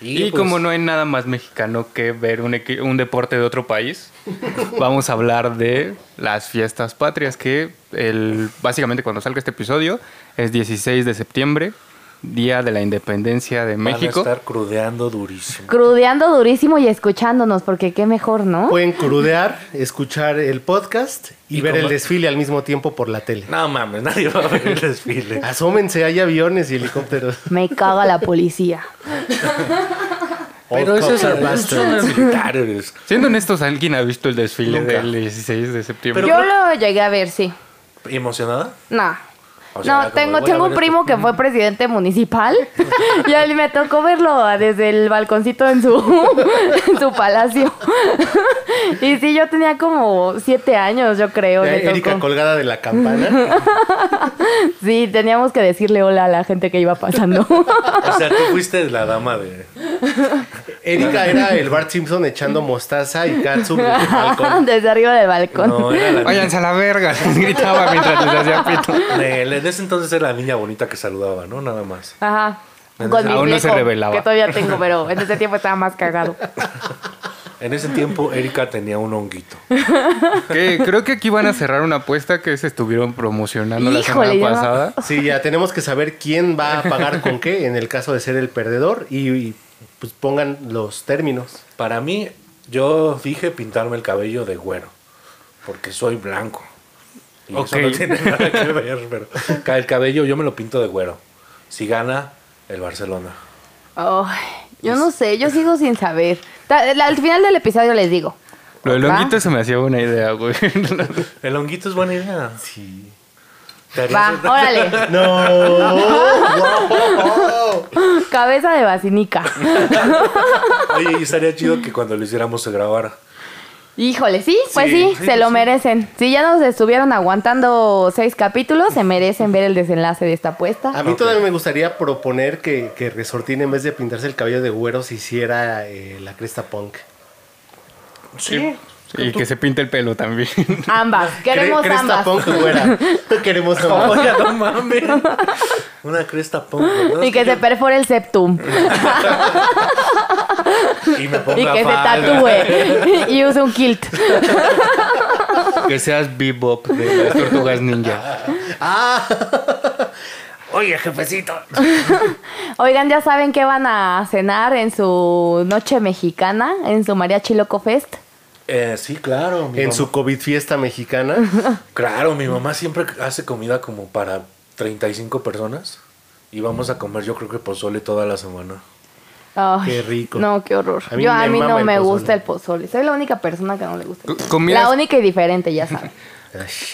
[SPEAKER 4] Y,
[SPEAKER 1] pues,
[SPEAKER 4] como no hay nada más mexicano que ver un, equi- un deporte de otro país, vamos a hablar de las fiestas patrias, que el, básicamente cuando salga este episodio es 16 de septiembre, Día de la Independencia de
[SPEAKER 1] Van
[SPEAKER 4] México.
[SPEAKER 1] a estar crudeando durísimo.
[SPEAKER 2] Crudeando durísimo y escuchándonos, porque qué mejor, ¿no?
[SPEAKER 3] Pueden crudear, escuchar el podcast y,
[SPEAKER 1] Y
[SPEAKER 3] ver el
[SPEAKER 1] comer.
[SPEAKER 3] desfile al mismo tiempo por la tele.
[SPEAKER 1] No mames, nadie va a ver el desfile.
[SPEAKER 3] Asómense, hay aviones y helicópteros.
[SPEAKER 2] Me caga la policía.
[SPEAKER 1] Pero eso es
[SPEAKER 3] All cops are
[SPEAKER 1] Oh, son militares.
[SPEAKER 4] Siendo honestos, ¿alguien ha visto el desfile
[SPEAKER 1] Nunca.
[SPEAKER 4] del 16 de septiembre?
[SPEAKER 2] Yo lo llegué a ver, sí.
[SPEAKER 1] ¿Emocionada?
[SPEAKER 2] No.
[SPEAKER 1] O sea,
[SPEAKER 2] no,
[SPEAKER 1] era como,
[SPEAKER 2] tengo,
[SPEAKER 1] voy a
[SPEAKER 2] tengo
[SPEAKER 1] ver
[SPEAKER 2] un primo que fue presidente municipal y a él me tocó verlo desde el balconcito en su, en su palacio. y sí, yo tenía como siete años, yo creo.
[SPEAKER 3] Eh,
[SPEAKER 2] me tocó.
[SPEAKER 3] Erika colgada de la campana.
[SPEAKER 2] Sí, teníamos que decirle hola a la gente que iba pasando.
[SPEAKER 1] O sea, tú fuiste la dama de...
[SPEAKER 3] Erika era el Bart Simpson echando mostaza y katsu desde el balcón.
[SPEAKER 2] desde arriba del balcón.
[SPEAKER 1] No, era la
[SPEAKER 4] Váyanse a la verga, les gritaba mientras les hacía pito.
[SPEAKER 1] Nel, en ese entonces era la niña bonita que saludaba, ¿no? Nada más.
[SPEAKER 2] Ajá.
[SPEAKER 1] Aún
[SPEAKER 2] Con mi
[SPEAKER 4] no
[SPEAKER 2] fleco,
[SPEAKER 4] se revelaba.
[SPEAKER 2] Que todavía tengo, pero en ese tiempo estaba más cagado.
[SPEAKER 1] En ese tiempo Erika tenía un honguito.
[SPEAKER 4] Que creo que aquí van a cerrar una apuesta que se estuvieron promocionando la
[SPEAKER 2] Híjole,
[SPEAKER 4] semana
[SPEAKER 2] yo no-
[SPEAKER 4] pasada.
[SPEAKER 3] Sí, ya tenemos que saber quién va a pagar con qué en el caso de ser el perdedor y, y, pues pongan los términos.
[SPEAKER 1] Para mí, yo dije pintarme el cabello de güero, porque soy blanco. Y
[SPEAKER 4] Ok.
[SPEAKER 1] eso no tiene nada que ver, pero ca- el cabello yo me lo pinto de güero. Si gana el Barcelona.
[SPEAKER 2] Ay, yo no sé, yo sigo sin saber. Ta- la- Al final del episodio les digo.
[SPEAKER 4] Lo del
[SPEAKER 2] ¿Va?
[SPEAKER 4] honguito se me hacía buena idea, güey.
[SPEAKER 1] El honguito es buena idea.
[SPEAKER 3] Sí.
[SPEAKER 1] Te harías
[SPEAKER 2] Va,
[SPEAKER 1] una-
[SPEAKER 2] órale. Cabeza de basinica.
[SPEAKER 1] Oye, y estaría chido que cuando lo hiciéramos se grabara.
[SPEAKER 2] Híjole, sí, pues sí,
[SPEAKER 1] Sí,
[SPEAKER 2] se
[SPEAKER 1] sí,
[SPEAKER 2] lo
[SPEAKER 1] sí.
[SPEAKER 2] merecen. Si ya nos estuvieron aguantando seis capítulos, se merecen ver el desenlace de esta
[SPEAKER 3] A
[SPEAKER 1] Ah,
[SPEAKER 2] apuesta.
[SPEAKER 3] mí todavía me gustaría proponer que, que Resortín, en vez de pintarse el cabello de güero, se hiciera eh, la cresta punk.
[SPEAKER 1] Sí.
[SPEAKER 4] Y que se pinte el pelo también.
[SPEAKER 2] Ambas, queremos
[SPEAKER 3] Cre- cresta
[SPEAKER 2] ambas.
[SPEAKER 3] punk güera. Queremos ambas.
[SPEAKER 1] Oye, no mames. Una cresta punk. ¿verdad?
[SPEAKER 2] Y que se perfore el septum.
[SPEAKER 1] Y me ponga
[SPEAKER 2] Y que se
[SPEAKER 1] falda.
[SPEAKER 2] tatúe. Y use un kilt.
[SPEAKER 4] que seas bebop de las tortugas ninja.
[SPEAKER 3] Ah.
[SPEAKER 1] Oye, jefecito.
[SPEAKER 2] Oigan, ya saben que van a cenar en su noche mexicana, en su mariachi loco fest.
[SPEAKER 1] Eh, sí, claro. mi
[SPEAKER 3] En
[SPEAKER 1] mamá-
[SPEAKER 3] su COVID fiesta mexicana.
[SPEAKER 1] Claro, mi mamá siempre hace comida como para 35 personas. Y vamos a comer, yo creo que pozole toda la semana.
[SPEAKER 2] Ay,
[SPEAKER 3] Qué rico.
[SPEAKER 2] No, qué horror.
[SPEAKER 3] A mí
[SPEAKER 2] Yo
[SPEAKER 3] me
[SPEAKER 2] a mí
[SPEAKER 3] mama
[SPEAKER 2] no
[SPEAKER 3] el
[SPEAKER 2] me
[SPEAKER 3] pozole.
[SPEAKER 2] gusta el pozole. Soy la única persona que no le gusta. el
[SPEAKER 4] Co-
[SPEAKER 2] pozole.
[SPEAKER 4] comidas-
[SPEAKER 2] La única y diferente, ya saben.
[SPEAKER 4] A-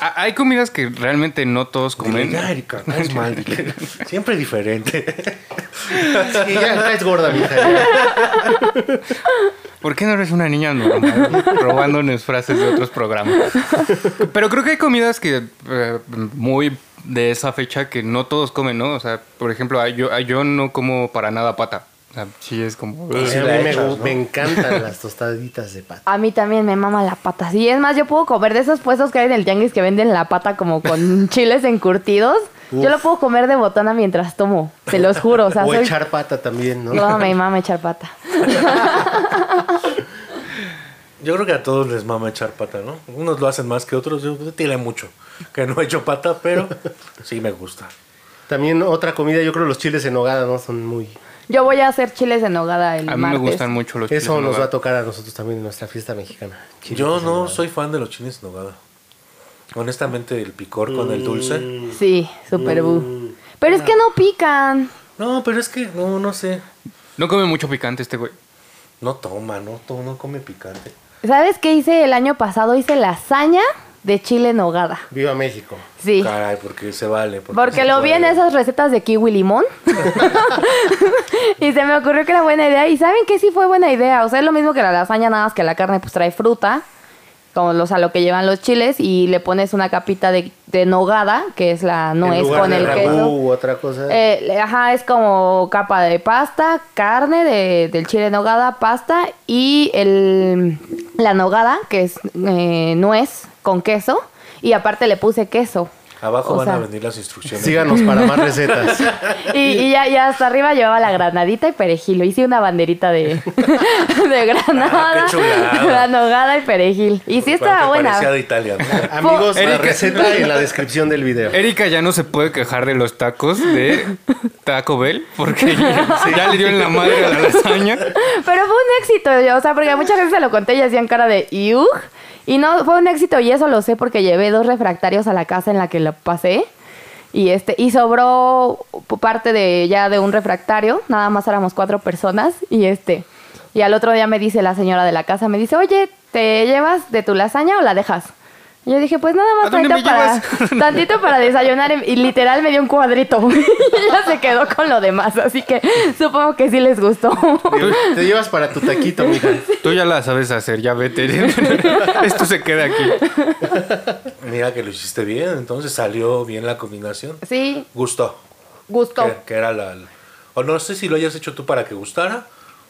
[SPEAKER 4] Ah, Hay comidas que realmente no todos
[SPEAKER 1] Dile,
[SPEAKER 4] comen.
[SPEAKER 1] ya, Erika, caes mal. dile. Siempre diferente.
[SPEAKER 3] y ya caes gorda, mija. ya.
[SPEAKER 4] ¿Por qué no eres una niña normal? Robándonos frases de otros programas. Pero creo que hay comidas que eh, muy de esa fecha que no todos comen, ¿no? O sea, por ejemplo, ah, yo, ah, yo no como para nada pata. O sea, sí es como...
[SPEAKER 1] Y si
[SPEAKER 3] Pues a
[SPEAKER 1] la
[SPEAKER 3] mí me,
[SPEAKER 1] echas,
[SPEAKER 3] gu-
[SPEAKER 1] ¿no?
[SPEAKER 3] me encantan las tostaditas de pata.
[SPEAKER 2] A mí también me mama la pata. Sí, es más, yo puedo comer de esos puestos que hay en el tianguis que venden la pata como con chiles encurtidos. Yo lo puedo comer de botana mientras tomo, se los juro. O sea,
[SPEAKER 3] O
[SPEAKER 2] soy...
[SPEAKER 3] echar pata también, ¿no?
[SPEAKER 2] No, me mama echar pata.
[SPEAKER 1] Yo creo que a todos les mama echar pata, ¿no? Unos lo hacen más que otros. Yo pues, tiene mucho. Que no he hecho pata, pero sí me gusta.
[SPEAKER 3] También otra comida, yo creo los chiles en hogada, ¿no? Son muy...
[SPEAKER 2] Yo voy a hacer chiles en nogada el
[SPEAKER 4] A mí
[SPEAKER 2] martes.
[SPEAKER 4] me gustan mucho los chiles
[SPEAKER 3] Eso
[SPEAKER 4] en
[SPEAKER 3] nos va a
[SPEAKER 4] nogada.
[SPEAKER 3] tocar a nosotros también en nuestra fiesta mexicana. Chiles
[SPEAKER 1] Yo
[SPEAKER 3] en
[SPEAKER 1] no
[SPEAKER 3] nogada.
[SPEAKER 1] soy fan de los chiles en nogada. Honestamente, el picor con el dulce.
[SPEAKER 2] Sí, super bu.
[SPEAKER 3] Mm.
[SPEAKER 2] Pero es que no pican.
[SPEAKER 1] No, pero es que no, no sé.
[SPEAKER 4] No come mucho picante este güey.
[SPEAKER 1] No toma, no, to- no come picante.
[SPEAKER 2] ¿Sabes qué hice el año pasado? Hice lasaña de chile en nogada.
[SPEAKER 3] Viva México.
[SPEAKER 2] Sí.
[SPEAKER 1] Caray, porque se vale. Porque,
[SPEAKER 2] Porque
[SPEAKER 1] se
[SPEAKER 2] lo vi en
[SPEAKER 1] puede.
[SPEAKER 2] esas recetas de kiwi limón. y se me ocurrió que era buena idea. Y saben que sí fue buena idea. O sea, es lo mismo que la lasaña, nada más que la carne pues trae fruta. Como los a lo que llevan los chiles. Y le pones una capita de, de nogada, que es la
[SPEAKER 3] En
[SPEAKER 2] nuez
[SPEAKER 3] lugar
[SPEAKER 2] con
[SPEAKER 3] de
[SPEAKER 2] el
[SPEAKER 3] ragú
[SPEAKER 2] queso.
[SPEAKER 3] u otra cosa.
[SPEAKER 2] Eh, le- ajá, es como capa de pasta, carne de- del chile en nogada, pasta y el, la nogada, que es eh, nuez con queso. Y aparte le puse queso.
[SPEAKER 1] Abajo
[SPEAKER 2] o
[SPEAKER 1] van a
[SPEAKER 2] sea-
[SPEAKER 1] venir las instrucciones.
[SPEAKER 3] Síganos para más recetas.
[SPEAKER 2] Y, y ya, ya hasta arriba llevaba la granadita y perejil. Hice una banderita de, de granada,
[SPEAKER 1] Ah, qué chulada.
[SPEAKER 2] la nogada y perejil. Y sí
[SPEAKER 1] Para
[SPEAKER 2] estaba
[SPEAKER 1] que
[SPEAKER 2] buena.
[SPEAKER 1] parecía de Italia. ¿no?
[SPEAKER 3] Amigos, la
[SPEAKER 4] Erika. Eh.
[SPEAKER 3] receta en la descripción del video.
[SPEAKER 4] Erika ya no se puede quejar de los tacos de Taco Bell porque ya, ya le dio en la madre a la lasaña.
[SPEAKER 2] Pero fue un éxito, yo, o sea, porque muchas veces se lo conté y hacían cara de "Iuj". Y no, fue un éxito y eso lo sé porque llevé dos refractarios a la casa en la que lo pasé. Y este, y sobró parte de ya de un refractario, nada más éramos cuatro personas, y este, y al otro día me dice la señora de la casa, me dice, oye, ¿te llevas de tu lasaña o la dejas? Y yo dije, pues nada
[SPEAKER 4] ¿A
[SPEAKER 2] más
[SPEAKER 4] dónde
[SPEAKER 2] tantito
[SPEAKER 4] me
[SPEAKER 2] para, tantito para desayunar y literal me dio un cuadrito. y ella se quedó con lo demás, así que supongo que sí les gustó.
[SPEAKER 3] Te llevas para tu taquito, mija.
[SPEAKER 4] Tú ya la sabes hacer, ya vete. Esto se queda aquí.
[SPEAKER 1] Mira que lo hiciste bien, entonces salió bien la combinación.
[SPEAKER 2] Sí,
[SPEAKER 1] Gustó.
[SPEAKER 2] gustó.
[SPEAKER 1] Que, que era la, la- O no sé si lo hayas hecho tú para que gustara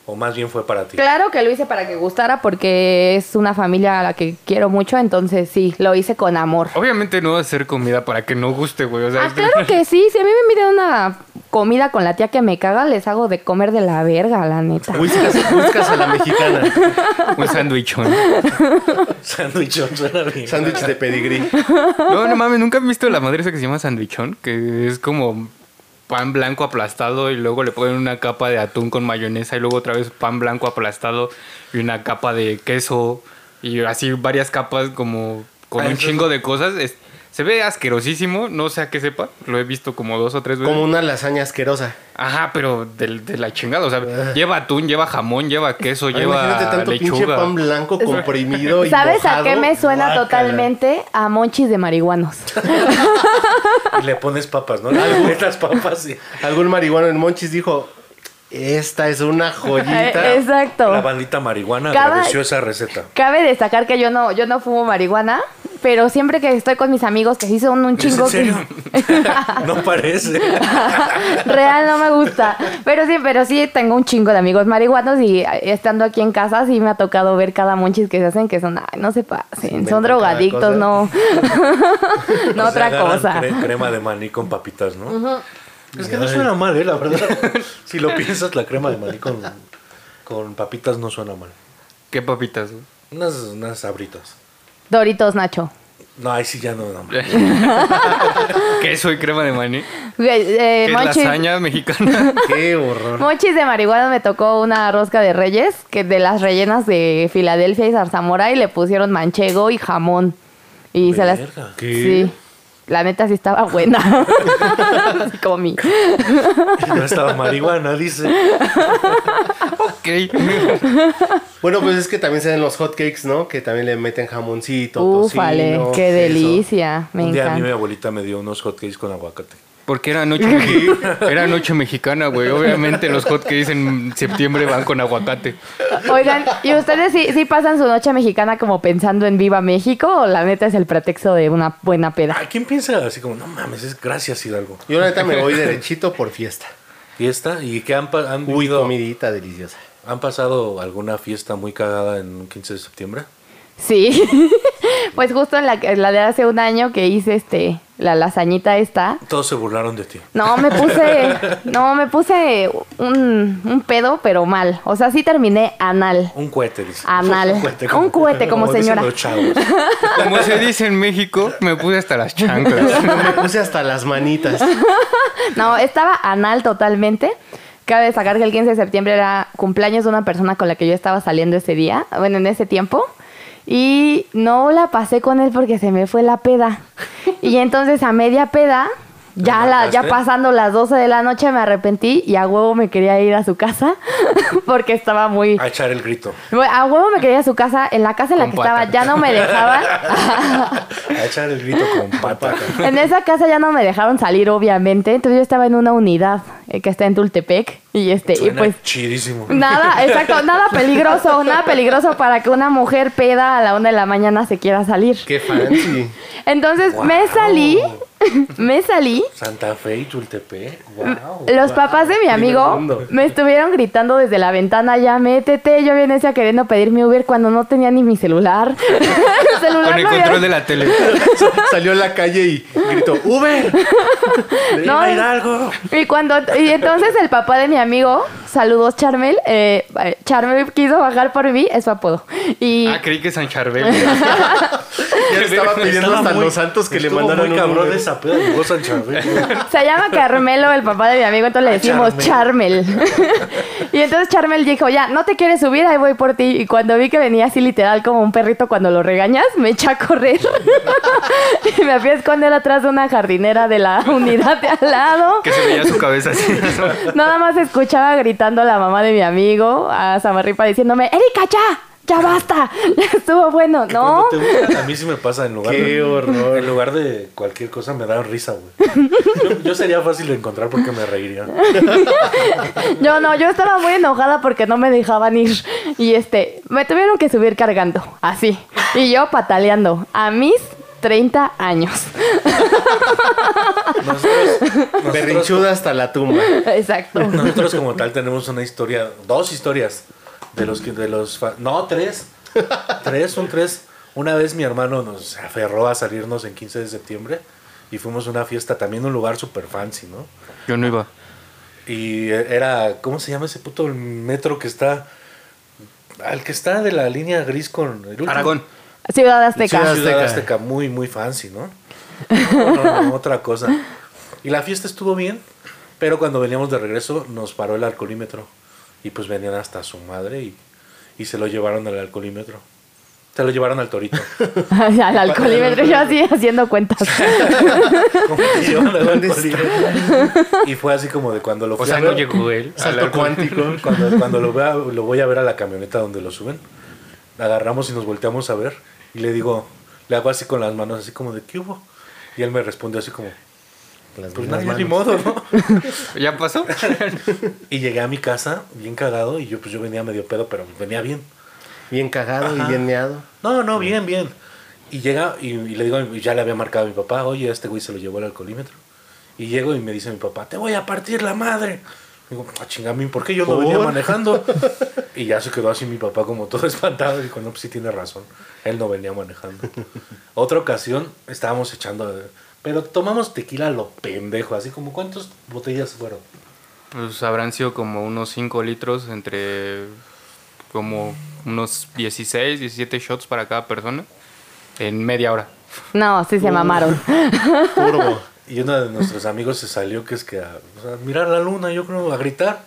[SPEAKER 1] O más bien fue para ti.
[SPEAKER 2] Claro que lo hice para que gustara porque es una familia a la que quiero mucho, entonces sí, lo hice con amor.
[SPEAKER 4] Obviamente no va a hacer comida para que no guste, güey. O sea,
[SPEAKER 2] Ah,
[SPEAKER 4] es-
[SPEAKER 2] claro que sí, si a mí me invitan a una comida con la tía que me caga, les hago de comer de la verga, la neta.
[SPEAKER 3] Whiskas, whiskas a la mexicana.
[SPEAKER 4] un sándwichón.
[SPEAKER 1] Sándwichón suena bien.
[SPEAKER 3] Sándwich de pedigrí.
[SPEAKER 4] No, no mames, nunca han visto la madre esa que se llama sándwichón, que es como pan blanco aplastado y luego le ponen una capa de atún con mayonesa y luego otra vez pan blanco aplastado y una capa de queso y así varias capas como con
[SPEAKER 1] Ah,
[SPEAKER 4] un
[SPEAKER 1] eso
[SPEAKER 4] chingo de cosas. Es- se ve asquerosísimo, no sé a qué sepa, lo he visto como dos o tres veces.
[SPEAKER 3] Como una lasaña asquerosa.
[SPEAKER 4] Ajá, pero de, de la chingada, o sea, lleva atún, lleva jamón, lleva queso,
[SPEAKER 3] Ay,
[SPEAKER 4] lleva
[SPEAKER 3] Ah. Imagínate tanto pinche
[SPEAKER 4] lechuga.
[SPEAKER 3] pan blanco comprimido y
[SPEAKER 2] ¿Sabes a
[SPEAKER 3] mojado.
[SPEAKER 2] qué me suena
[SPEAKER 3] Guácala.
[SPEAKER 2] totalmente? A monchis de marihuanos.
[SPEAKER 1] Y le pones papas, ¿no? Estas papas, sí.
[SPEAKER 3] Algún marihuano en Monchis dijo, esta es una joyita.
[SPEAKER 2] Eh, Exacto.
[SPEAKER 1] La bandita marihuana
[SPEAKER 2] Cada-
[SPEAKER 1] agradeció esa receta.
[SPEAKER 2] Cabe destacar que yo no, yo no fumo marihuana, pero siempre que estoy con mis amigos que sí son un
[SPEAKER 1] ¿Es
[SPEAKER 2] chingo
[SPEAKER 1] en serio? no parece.
[SPEAKER 2] Real no me gusta. Pero sí, pero sí tengo un chingo de amigos marihuanos y eh, estando aquí en casa sí me ha tocado ver cada monchis que se hacen que son, ay, no se pasen,
[SPEAKER 3] inventan
[SPEAKER 2] son
[SPEAKER 3] cada
[SPEAKER 2] drogadictos,
[SPEAKER 3] cosa.
[SPEAKER 2] no. no
[SPEAKER 1] O sea,
[SPEAKER 2] otra
[SPEAKER 1] agarran
[SPEAKER 2] cosa.
[SPEAKER 1] cre- crema de maní con papitas, ¿no? Es que no suena mal, ¿eh? La verdad. si lo piensas, la crema de maní con, con papitas no suena mal.
[SPEAKER 4] ¿Qué papitas? güey?
[SPEAKER 1] Unas, unas sabritas.
[SPEAKER 2] Doritos Nacho.
[SPEAKER 1] No, ahí sí ya no. no.
[SPEAKER 4] Queso y crema de maní.
[SPEAKER 2] Güey, eh,
[SPEAKER 4] ¿Qué es
[SPEAKER 2] monchis-
[SPEAKER 4] lasaña mexicana?
[SPEAKER 3] Qué horror.
[SPEAKER 2] Mochis de marihuana me tocó una rosca de reyes, que de las rellenas de Filadelfia y Zarzamora, y le pusieron manchego y jamón. Y se las...
[SPEAKER 1] Verga.
[SPEAKER 2] Sí. La neta sí estaba buena. sí comí.
[SPEAKER 1] No estaba marihuana, dice.
[SPEAKER 4] ok.
[SPEAKER 3] Bueno, pues es que también se dan los hotcakes, ¿no? Que también le meten jamoncito,
[SPEAKER 2] Ufale,
[SPEAKER 3] tocino,
[SPEAKER 2] qué
[SPEAKER 3] queso.
[SPEAKER 2] delicia. Me
[SPEAKER 1] Un día a mí mi
[SPEAKER 2] encanta.
[SPEAKER 1] abuelita me dio unos hotcakes con aguacate.
[SPEAKER 4] Porque era noche, mexi- era noche mexicana, güey. Obviamente los hotcakes en septiembre van con aguacate.
[SPEAKER 2] Oigan, ¿y ustedes sí, sí pasan su noche mexicana como pensando en Viva México o la neta es el pretexto de una buena peda?
[SPEAKER 1] Ay, ¿quién piensa así como, no mames, es gracias Hidalgo?
[SPEAKER 3] Yo la neta me voy derechito por fiesta.
[SPEAKER 1] Fiesta y que han, pa- han
[SPEAKER 3] Uy,
[SPEAKER 1] vivido-
[SPEAKER 3] comidita deliciosa.
[SPEAKER 1] han pasado alguna fiesta muy cagada en un 15 de septiembre.
[SPEAKER 2] Sí. pues justo en la, en la de hace un año que hice este, la lasañita esta,
[SPEAKER 1] Todos se burlaron de ti.
[SPEAKER 2] No, me puse, no, me puse un, un pedo, pero mal. O sea, sí terminé anal.
[SPEAKER 1] Un cohete, dice.
[SPEAKER 2] Anal. Ah, Un cohete, como
[SPEAKER 1] dicen
[SPEAKER 2] señora.
[SPEAKER 1] los chavos.
[SPEAKER 4] Como se dice en México, me puse hasta las chanclas.
[SPEAKER 3] No, me puse hasta las manitas.
[SPEAKER 2] No, estaba anal totalmente. Cabe destacar que el 15 de septiembre era cumpleaños de una persona con la que yo estaba saliendo ese día, bueno, en ese tiempo. Y no la pasé con él porque se me fue la peda. Y entonces a media peda, ya,
[SPEAKER 1] ¿La
[SPEAKER 2] la, ya
[SPEAKER 1] mataste?
[SPEAKER 2] pasando las 12 de la noche me arrepentí y a huevo me quería ir a su casa porque estaba muy...
[SPEAKER 1] A echar el grito.
[SPEAKER 2] Bueno, a huevo me quería a su casa, en la casa en la
[SPEAKER 4] Con
[SPEAKER 2] que
[SPEAKER 4] pata.
[SPEAKER 2] estaba ya no me dejaban.
[SPEAKER 1] A echar el grito con pata.
[SPEAKER 2] en esa casa ya no me dejaron salir, obviamente. Entonces yo estaba en una unidad eh, que está en Tultepec. Y este,
[SPEAKER 1] Suena
[SPEAKER 2] y pues.
[SPEAKER 1] chidísimo.
[SPEAKER 2] Nada, exacto, nada peligroso, nada peligroso para que una mujer peda a la una de la mañana se quiera salir.
[SPEAKER 3] Qué fancy.
[SPEAKER 2] Entonces me
[SPEAKER 1] Guau.
[SPEAKER 2] salí, me salí.
[SPEAKER 1] Santa Fe y Chultepec.
[SPEAKER 2] Mm,
[SPEAKER 1] Wow.
[SPEAKER 2] Los papás de mi amigo
[SPEAKER 3] mundo.
[SPEAKER 2] me estuvieron gritando desde la ventana, ya métete. Yo venía queriendo pedir mi Uber cuando no tenía ni mi celular. el celular
[SPEAKER 4] Con el
[SPEAKER 2] lo había-
[SPEAKER 4] control de la tele.
[SPEAKER 3] Salió a la calle y gritó, ¡Uber!
[SPEAKER 2] No,
[SPEAKER 1] a
[SPEAKER 2] es-
[SPEAKER 1] Hidalgo.
[SPEAKER 2] Y cuando y entonces el papá de mi amigo, saludos Charmel, eh, Charmel quiso bajar por mí, es su apodo. Y
[SPEAKER 4] Ah, creí que San Charbel.
[SPEAKER 3] Ya le estaba pidiendo
[SPEAKER 1] Estaba
[SPEAKER 3] hasta
[SPEAKER 1] muy-
[SPEAKER 3] los santos que le
[SPEAKER 1] estuvo
[SPEAKER 3] mandaron
[SPEAKER 1] muy
[SPEAKER 3] un
[SPEAKER 1] cabrón
[SPEAKER 3] Uber.
[SPEAKER 1] esa peda. Llegó San Charbel.
[SPEAKER 2] se llama Carmelo el papá de mi amigo, entonces le decimos Charmel. y entonces Charmel dijo, ya, no te quieres subir, ahí voy por ti. Y cuando vi que venía así literal como un perrito cuando lo regañas, me echa a correr. y me fui a esconder atrás de una jardinera de la unidad de al lado.
[SPEAKER 4] Que se veía su cabeza así.
[SPEAKER 2] Nada más escuchaba gritando a la mamá de mi amigo, a Samarripa, diciéndome, Erika, ya, ya basta, ya estuvo bueno, ¿no?
[SPEAKER 1] Cuando te buscan, a mí sí me pasa en lugar
[SPEAKER 3] Qué
[SPEAKER 1] de,
[SPEAKER 3] horror.
[SPEAKER 1] En lugar de cualquier cosa me da risa, güey. Yo, yo sería fácil de encontrar porque me reiría.
[SPEAKER 2] Yo no, yo estaba muy enojada porque no me dejaban ir. Y este, me tuvieron que subir cargando, así. Y yo pataleando. A mis 30 años.
[SPEAKER 1] Nosotros, nosotros-
[SPEAKER 3] Berrinchuda hasta la tumba.
[SPEAKER 2] Exacto.
[SPEAKER 1] Nosotros como tal tenemos una historia, dos historias de los que de los fa- no tres, tres son tres. Una vez mi hermano nos aferró a salirnos en 15 de septiembre y fuimos a una fiesta también un lugar super fancy, ¿no?
[SPEAKER 4] Yo no iba.
[SPEAKER 1] Y e, era ¿cómo se llama ese puto metro que está al que está de la línea gris con el último-
[SPEAKER 4] Aragón.
[SPEAKER 2] Ciudad Azteca.
[SPEAKER 1] Ciudad
[SPEAKER 3] Azteca.
[SPEAKER 1] Azteca, muy, muy fancy, ¿no? No, no, no, otra cosa. Y la fiesta estuvo bien, pero cuando veníamos de regreso nos paró el alcoholímetro. Y pues venían hasta su madre y, y se lo llevaron al alcoholímetro. Se lo llevaron al torito.
[SPEAKER 2] Al alcoholímetro, yo así haciendo cuentas.
[SPEAKER 1] Como que se llevaron al
[SPEAKER 3] ¿Dónde está?
[SPEAKER 1] alcoholímetro. Y fue así como de cuando lo
[SPEAKER 4] O
[SPEAKER 1] fui
[SPEAKER 4] sea,
[SPEAKER 1] a
[SPEAKER 4] no
[SPEAKER 1] ver-
[SPEAKER 4] llegó él. al
[SPEAKER 3] Salto
[SPEAKER 4] alcohol.
[SPEAKER 3] cuántico.
[SPEAKER 1] Cuando, cuando lo, vea- lo voy a ver a la camioneta donde lo suben, la agarramos y nos volteamos a ver. Y le digo, le hago así con las manos, así como de, ¿qué hubo? Y él me respondió así como, pues nada, ya ni modo, ¿no?
[SPEAKER 4] ¿Ya pasó?
[SPEAKER 1] Y llegué a mi casa bien cagado y yo pues yo venía medio pedo, pero venía bien.
[SPEAKER 3] Bien cagado y bien meado.
[SPEAKER 1] No, no, bien, bien. Y llega y, y le digo, y ya le había marcado a mi papá, oye, este güey se lo llevó al alcoholímetro. Y llego y me dice mi papá, te voy a partir la madre. Digo, ah, chingame, ¿por qué yo no venía
[SPEAKER 3] ¿Por?
[SPEAKER 1] manejando? Y ya se quedó así mi papá como todo espantado. Dijo, no, pues sí tiene razón. Él no venía manejando. Otra ocasión estábamos echando... Pero tomamos tequila a lo pendejo, así como cuántas botellas fueron.
[SPEAKER 4] Pues habrán sido como unos 5 litros entre como unos 16, 17 shots para cada persona en media hora.
[SPEAKER 2] No, sí se mamaron.
[SPEAKER 3] Curvo.
[SPEAKER 1] Y uno de nuestros amigos se salió que es que a, o sea, a mirar la luna, yo creo, a gritar.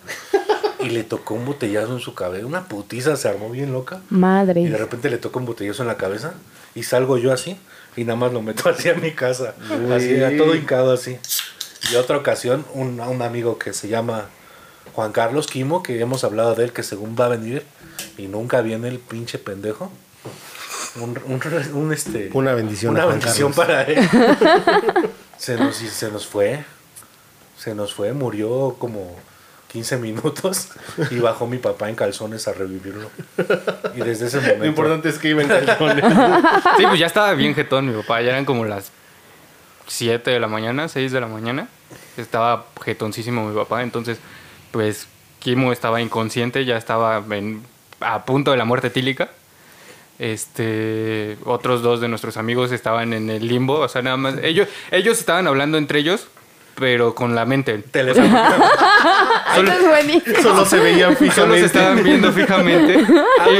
[SPEAKER 1] Y le tocó un botellazo en su cabeza. Una putiza se armó bien loca. Y de
[SPEAKER 2] Madre.
[SPEAKER 1] repente le toca un botellazo en la cabeza. Y salgo yo así. Y nada más lo meto así a mi casa. Así, a todo hincado así. Y otra ocasión, un, un amigo que se llama Juan Carlos Quimo, que hemos hablado de él, que según va a venir. Y nunca viene el pinche pendejo. Un, un- un, este,
[SPEAKER 3] Una bendición
[SPEAKER 1] Una
[SPEAKER 3] a Juan
[SPEAKER 1] bendición
[SPEAKER 3] Carlos.
[SPEAKER 1] para él. Se nos, se nos fue. Se nos fue, murió como 15 minutos y bajó mi papá en calzones a revivirlo. Y desde ese momento.
[SPEAKER 3] Lo importante es que iba en calzones.
[SPEAKER 4] Sí, pues ya estaba bien jetón mi papá. Ya eran como las 7 de la mañana, 6 de la mañana. Estaba jetoncísimo mi papá. Entonces, pues Kimo estaba inconsciente, ya estaba en- a punto de la muerte tílica. Este, otros dos de nuestros amigos estaban en el limbo. O sea, nada más. Ellos, ellos estaban hablando entre ellos, pero con la mente.
[SPEAKER 1] Telefónica.
[SPEAKER 2] Esto es buenísimo.
[SPEAKER 3] Solo se veían
[SPEAKER 4] Solo se
[SPEAKER 3] fijamente.
[SPEAKER 4] estaban viendo fijamente.